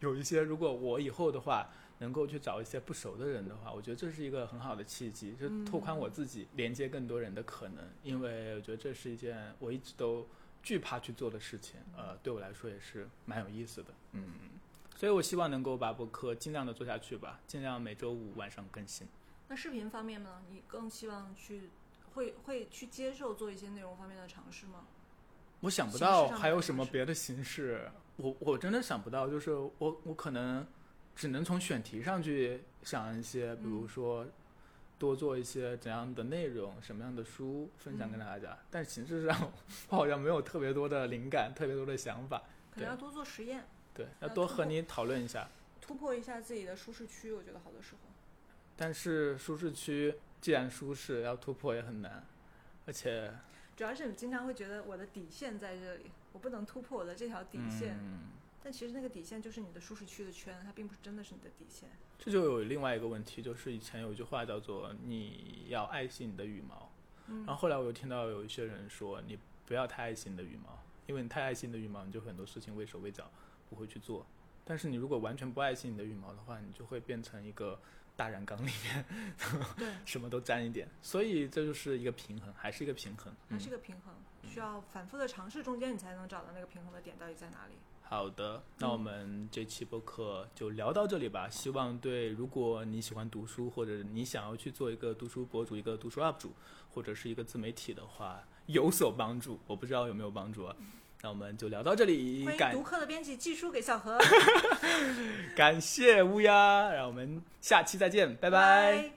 有一些，如果我以后的话能够去找一些不熟的人的话，我觉得这是一个很好的契机，就嗯拓宽我自己连接更多人的可能。因为我觉得这是一件我一直都惧怕去做的事情，呃，对我来说也是蛮有意思的。嗯，所以我希望能够把播客尽量的做下去吧，尽量每周五晚上更新。那视频方面呢？你更希望去会会去接受做一些内容方面的尝试吗？我想不形式到上的还有尝什么试别的形式，我我真的想不到，就是我我可能只能从选题上去想一些，比如嗯说多做一些怎样的内容、什么样的书分嗯享给大家，但形式上 (laughs) 我好像没有特别多的灵感、特别多的想法。可能要多做实验，对，要要多突和破你讨论一下。突破一下自己的舒适区。我觉得好多时候，但是舒适区既然舒适，要突破也很难，而且主要是你经常会觉得我的底线在这里，我不能突破我的这条底线。嗯但其实那个底线就是你的舒适区的圈，它并不是真的是你的底线。这就有另外一个问题，就是以前有一句话叫做“你要爱惜你的羽毛”，嗯然后后来我又听到有一些人说，你不要太爱惜你的羽毛，因为你太爱惜你的羽毛，你就很多事情畏手畏脚，不会去做。但是你如果完全不爱惜你的羽毛的话，你就会变成一个大染缸里面对， (laughs) 什么都沾一点，所以这就是一个平衡，还是一个平衡。它嗯是，个平衡，需要反复的尝试，中间你才能找到那个平衡的点到底在哪里。好嗯的，那我们这期播客就聊到这里吧。希望对，如果你喜欢读书，或者你想要去做一个读书博主、一个读书 UP 主，或者是一个自媒体的话，有所帮助。我不知道有没有帮助啊。那我们就聊到这里，嗯欢迎感读客的编辑寄书给 (laughs) 小何，感谢乌鸦，让我们下期再见，拜拜拜。拜